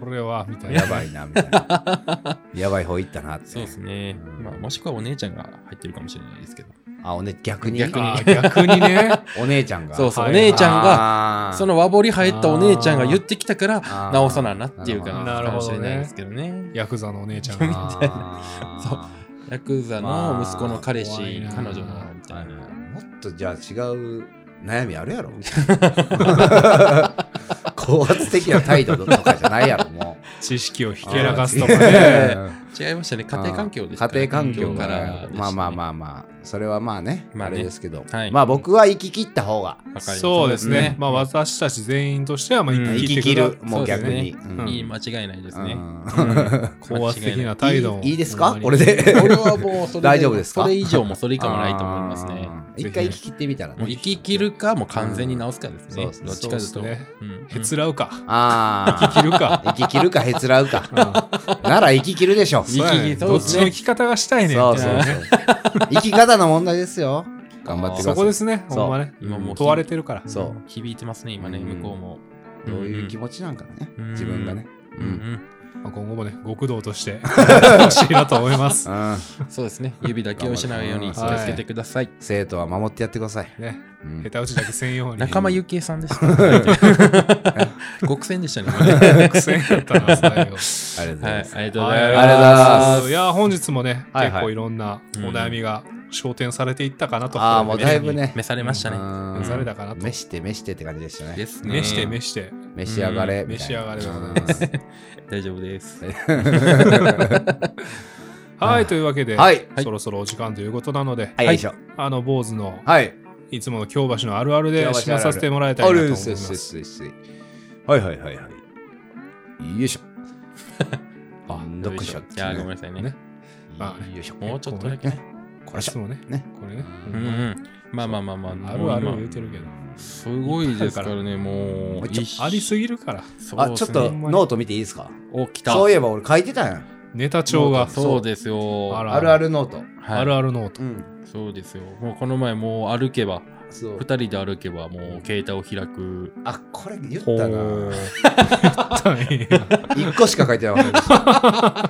Speaker 3: これはみたいな
Speaker 2: やばいな、みたいな。やばい方行ったなって。
Speaker 4: そうですね。
Speaker 2: うん
Speaker 4: まあ、もしくはお姉ちゃんが入ってるかもしれないですけど。
Speaker 2: あ、おね、逆に
Speaker 4: 逆に
Speaker 3: あー逆にね
Speaker 2: お姉ちゃんが。
Speaker 4: そうそう、
Speaker 3: は
Speaker 4: お
Speaker 3: いはい
Speaker 4: 姉ちゃんが、
Speaker 2: が
Speaker 4: そ、の和彫り入ったお姉ちゃんが言ってきたから
Speaker 2: あー
Speaker 4: 直さななっていうか
Speaker 3: なる
Speaker 4: かも
Speaker 3: ほ
Speaker 4: し
Speaker 3: ど
Speaker 4: れ
Speaker 3: ね
Speaker 4: ないですけどね。
Speaker 3: ヤクザのお姉ちゃん
Speaker 2: あー
Speaker 3: が。
Speaker 2: あ
Speaker 4: ヤクザの息子の彼氏、
Speaker 3: まあ怖いな
Speaker 4: 彼女のみ
Speaker 2: ー
Speaker 4: たいな。
Speaker 2: もっとじゃあ違う悩みあるや ろ高圧的な態度とかじゃないやろ、もう。
Speaker 3: 知識をひけらかすとかね。
Speaker 2: ね。
Speaker 4: 違いましたね、家庭環境です
Speaker 2: 家庭環境か
Speaker 4: か
Speaker 2: らら、
Speaker 4: でしたね。
Speaker 2: まあまあまあまあ、それはまあね、
Speaker 4: まあ
Speaker 2: あ
Speaker 4: ね
Speaker 2: れですけど
Speaker 4: は、い
Speaker 2: まあ僕は生き切った方が
Speaker 4: あ、
Speaker 3: そうですね。まあ
Speaker 4: わ
Speaker 3: 私たち全員としてはまあ
Speaker 4: うん
Speaker 3: 生
Speaker 2: 生
Speaker 3: き
Speaker 2: き
Speaker 3: 切
Speaker 2: 切
Speaker 3: る
Speaker 2: る、。もう逆に。
Speaker 4: そ
Speaker 2: う
Speaker 4: うです
Speaker 2: ん
Speaker 4: ねいい間違いないですね。
Speaker 2: うん
Speaker 3: 高圧的な態度も。
Speaker 2: いいいいですか
Speaker 3: ほんまに
Speaker 2: 俺。で。
Speaker 4: これはもうそれ
Speaker 2: 大丈夫ですか
Speaker 4: それ以上もそれ以下もないと思いますね。
Speaker 2: あー一回生き切ってみたら
Speaker 4: も
Speaker 2: ね。
Speaker 4: う生き切るか、もう完全に直すかですね。
Speaker 2: うんそう
Speaker 4: どっちかですと。
Speaker 3: そうですね
Speaker 4: う
Speaker 3: へ
Speaker 4: ん
Speaker 3: つらうか。
Speaker 2: あ
Speaker 3: 切るか。
Speaker 2: あ。生き切るかへつらうか。 なら生き切るでしょ。
Speaker 4: 生き切る
Speaker 3: どっちの生き方がしたいねん。
Speaker 2: そうそうそう。生き方の問題ですよ。頑張ってください。
Speaker 3: そこですね。
Speaker 2: そう
Speaker 3: ほんまね。
Speaker 4: 今もう
Speaker 3: 問われてるから。
Speaker 2: そう。
Speaker 4: 響いてますね、今ね、
Speaker 2: うん
Speaker 4: 向こうも。
Speaker 2: どういう気
Speaker 4: 持ち
Speaker 2: 持ちなんかね
Speaker 4: うん。
Speaker 2: 自分がね。
Speaker 4: う
Speaker 2: うんん
Speaker 3: まあ今後もね、極道として ほしいなと思います。
Speaker 2: うん
Speaker 4: うんそうですね、指だけを失うように気を
Speaker 3: はい
Speaker 4: つけてください。
Speaker 2: 生徒は守ってやってください。
Speaker 3: ね。
Speaker 2: うん
Speaker 3: 下手打ちだけ専用に。
Speaker 4: 仲間由紀恵さんでした。極戦でしたね今ね。
Speaker 3: 苦戦やったな、最後。
Speaker 2: ありがとうござい
Speaker 4: は
Speaker 2: ま
Speaker 4: い、
Speaker 2: す。
Speaker 4: ありがとうご
Speaker 3: は
Speaker 4: ざい
Speaker 2: ありがとうござ
Speaker 4: ま
Speaker 2: い
Speaker 4: す。
Speaker 2: ます
Speaker 3: いや、本日もね、
Speaker 2: はいはい
Speaker 3: 結構いろんなお悩みが焦点されていったかなと。
Speaker 2: ああ、もうだいぶね。
Speaker 4: 召されましたね。
Speaker 2: うん
Speaker 3: 召されたかなと
Speaker 2: 召して召してって感じでしたね
Speaker 4: で。すね。
Speaker 3: 召して召して。
Speaker 2: 召し上がれ。
Speaker 3: 召し上がれでござい
Speaker 2: ま
Speaker 3: ます
Speaker 2: す。
Speaker 4: 大丈夫です。
Speaker 3: はい、というわけで、
Speaker 2: はい
Speaker 3: そろそろお時間ということなので、
Speaker 2: はい、よいしょ。
Speaker 3: あの、坊主の
Speaker 2: はい。
Speaker 3: いつもの京橋のあるあるで
Speaker 2: 京橋あるある
Speaker 3: 締めさせてもらえた
Speaker 2: あ
Speaker 3: らなと
Speaker 2: る
Speaker 3: 思い
Speaker 2: で
Speaker 3: ます
Speaker 2: す
Speaker 3: す。
Speaker 2: すすすはいはいはいはい。よいし ょ。あ、どっかしょ
Speaker 4: いや、ごめんなさいね。
Speaker 3: ね
Speaker 2: あ
Speaker 3: まあね
Speaker 2: よいしょ。
Speaker 4: もうちょっとだけね。
Speaker 2: これ
Speaker 3: い
Speaker 2: し
Speaker 3: つ
Speaker 2: ょ。
Speaker 3: もね、
Speaker 2: ね。
Speaker 3: これね、
Speaker 4: うんうん。まあまあまあまあ。
Speaker 3: あるある
Speaker 4: もう
Speaker 3: 言
Speaker 4: 今
Speaker 3: うてるけど、
Speaker 4: すごいですからね、もう。
Speaker 2: ちょ
Speaker 4: 一
Speaker 3: ありすぎるから、
Speaker 4: そう
Speaker 2: あ、
Speaker 4: で
Speaker 2: ちょ
Speaker 4: す
Speaker 2: っ
Speaker 4: ね
Speaker 2: とノート見ていいですか
Speaker 4: お、来た。
Speaker 2: そういえば俺書いてたやん。
Speaker 3: ネタ帳が、
Speaker 4: そうですよ。
Speaker 3: あら
Speaker 2: あるあるノート。
Speaker 4: はい
Speaker 3: あるあるノート。
Speaker 2: うん。
Speaker 4: そうですよ。もうこの前、もう歩けば、
Speaker 2: そう
Speaker 4: 二人で歩けばもう携帯を開く。
Speaker 2: あこれ言ったな1個しか書いてなかった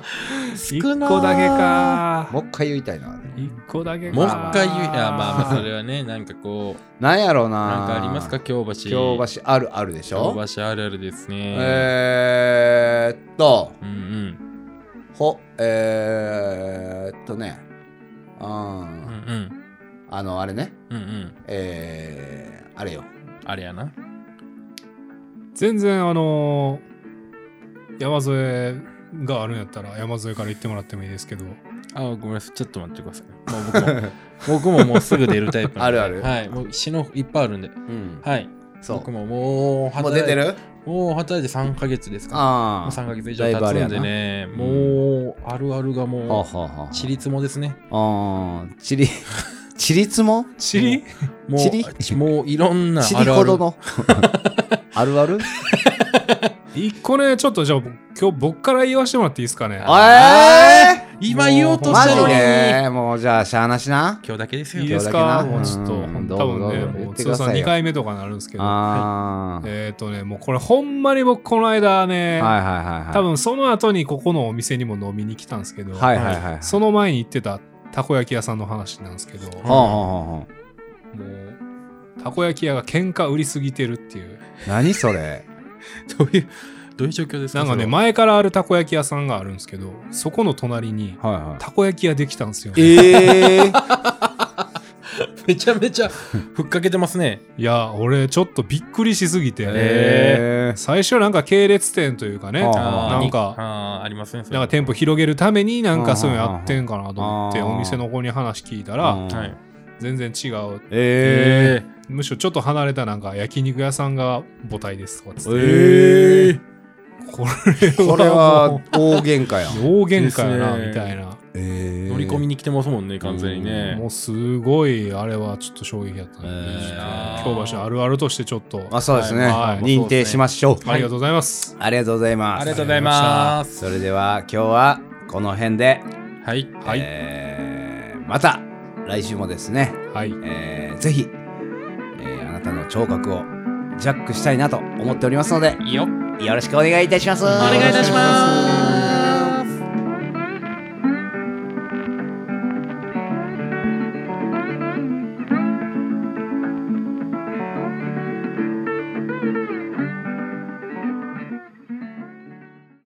Speaker 2: です
Speaker 3: 一個だけか。
Speaker 2: もう一回言いたいな
Speaker 3: 一個だけか。
Speaker 4: もう一回言う。いや、まあまあ、それはね、なんかこう、
Speaker 2: なんやろうな
Speaker 4: なんかありますか、京橋。
Speaker 2: 京橋あるあるでしょ
Speaker 4: 京橋あるあるですね。
Speaker 2: えー、っと
Speaker 4: うんうん。
Speaker 2: ほえー、っとねうん、
Speaker 4: うんうん。
Speaker 2: あのあれね
Speaker 4: うんうん。
Speaker 2: えー、あれよ
Speaker 4: あれやな。
Speaker 3: 全然あのー山添があるんやったら山添から言ってもらってもいいですけど
Speaker 4: あ、ごめんなさい。ちょっと待ってください。もう僕も、僕ももうすぐ出るタイプなんで。
Speaker 2: あるある
Speaker 4: はい。もう死のいっぱいあるんで。
Speaker 2: うん
Speaker 4: はい。
Speaker 2: そう
Speaker 4: 僕ももう働い、
Speaker 2: もう出てる
Speaker 4: もう働いて3ヶ月ですか。も
Speaker 2: あ
Speaker 4: う
Speaker 2: あ
Speaker 4: 3ヶ月以上経つんでね、
Speaker 2: だいぶあれや
Speaker 4: もうあるあるが
Speaker 2: はあ
Speaker 4: も
Speaker 2: はあはあ
Speaker 4: う、ちりつもですね。
Speaker 2: あー ちりちりつも
Speaker 3: 知り
Speaker 4: も
Speaker 2: ちり
Speaker 4: う、もういろんな
Speaker 2: ち
Speaker 4: あ
Speaker 2: り
Speaker 4: る
Speaker 2: ほ
Speaker 4: あ
Speaker 2: ど
Speaker 4: る。
Speaker 2: の あるあ る
Speaker 3: 一個ねちょっとじゃあ僕今日僕から言わせてもらっていいですかね
Speaker 2: あえ
Speaker 4: 今言おうと
Speaker 2: マ
Speaker 4: したの
Speaker 2: ジ
Speaker 4: に。
Speaker 2: でもうじゃあしゃあなしな
Speaker 4: 今日だけです
Speaker 3: いい
Speaker 4: よ。
Speaker 3: です
Speaker 2: 今日だ
Speaker 3: か
Speaker 2: けな
Speaker 3: もうちょっと
Speaker 2: うんどうぞ
Speaker 3: 多分
Speaker 2: どう
Speaker 3: ね
Speaker 2: ぞ
Speaker 3: も
Speaker 2: 言っ
Speaker 3: う
Speaker 2: てく
Speaker 3: 通
Speaker 2: ださいよ
Speaker 3: 算2回目とかになるんですけど
Speaker 2: あー
Speaker 3: えっ、ー、とねもうこれほんまに僕この間ね、
Speaker 2: はいはいはいはい
Speaker 3: 多分その後にここのお店にも飲みに来たんですけど、
Speaker 2: はいはいはい
Speaker 3: その前に行ってたたこ焼き屋さんの話なんですけど、
Speaker 2: ほんほんほんほん
Speaker 3: もうたこ焼き屋が喧嘩売りすぎてるっていう
Speaker 2: 何それ
Speaker 4: どういう、どういう状況ですか
Speaker 3: なんかね、
Speaker 4: それは
Speaker 3: 前からあるたこ焼き屋さんがあるんですけど、そこの隣に
Speaker 2: はいは
Speaker 3: たこ焼き屋できたんですよ。
Speaker 2: いええ
Speaker 4: めちゃめちゃふっかけてますね。
Speaker 3: いや、俺ちょっとびっくりしすぎて、
Speaker 2: え
Speaker 3: 最初なんか系列店というかね、
Speaker 2: あ
Speaker 4: あー
Speaker 3: なんか
Speaker 4: あーありますね。それ
Speaker 3: なんか店舗広げるためになんかそういうのやってんかなと思って、
Speaker 2: あー
Speaker 3: お店の子に話聞いたら、
Speaker 2: ー
Speaker 4: はい。
Speaker 3: 全然違う。
Speaker 2: え
Speaker 3: むしろちょっと離れたなんか焼肉屋さんが母体ですとかっつっ
Speaker 2: ー
Speaker 3: て。
Speaker 2: え
Speaker 3: これ
Speaker 2: ーこれ
Speaker 3: は
Speaker 2: は
Speaker 3: も
Speaker 2: 大喧嘩やん
Speaker 3: う、大喧嘩やな、
Speaker 4: ですね
Speaker 3: みたいな。
Speaker 2: え
Speaker 4: 乗り込みに来てますもんね、完全にね
Speaker 3: も。うすごい、あれはちょっと衝撃やったね。
Speaker 2: え
Speaker 4: ー
Speaker 3: 京橋のあるあるとしてちょっと。
Speaker 2: あそうですね、
Speaker 3: はい
Speaker 2: 認定しましょう、
Speaker 3: ありがとうございます。
Speaker 2: ありがとうございます
Speaker 4: ありがとうございます。
Speaker 2: それでは今日はこの辺で、
Speaker 4: はい。
Speaker 3: はい
Speaker 2: えーまた来週もですね、
Speaker 3: はい。
Speaker 2: えーぜひ、えーあなたの聴覚をジャックしたいなと思っておりますので
Speaker 4: いいよ。
Speaker 2: よろしくお願いいたしますお
Speaker 4: お願いいたします。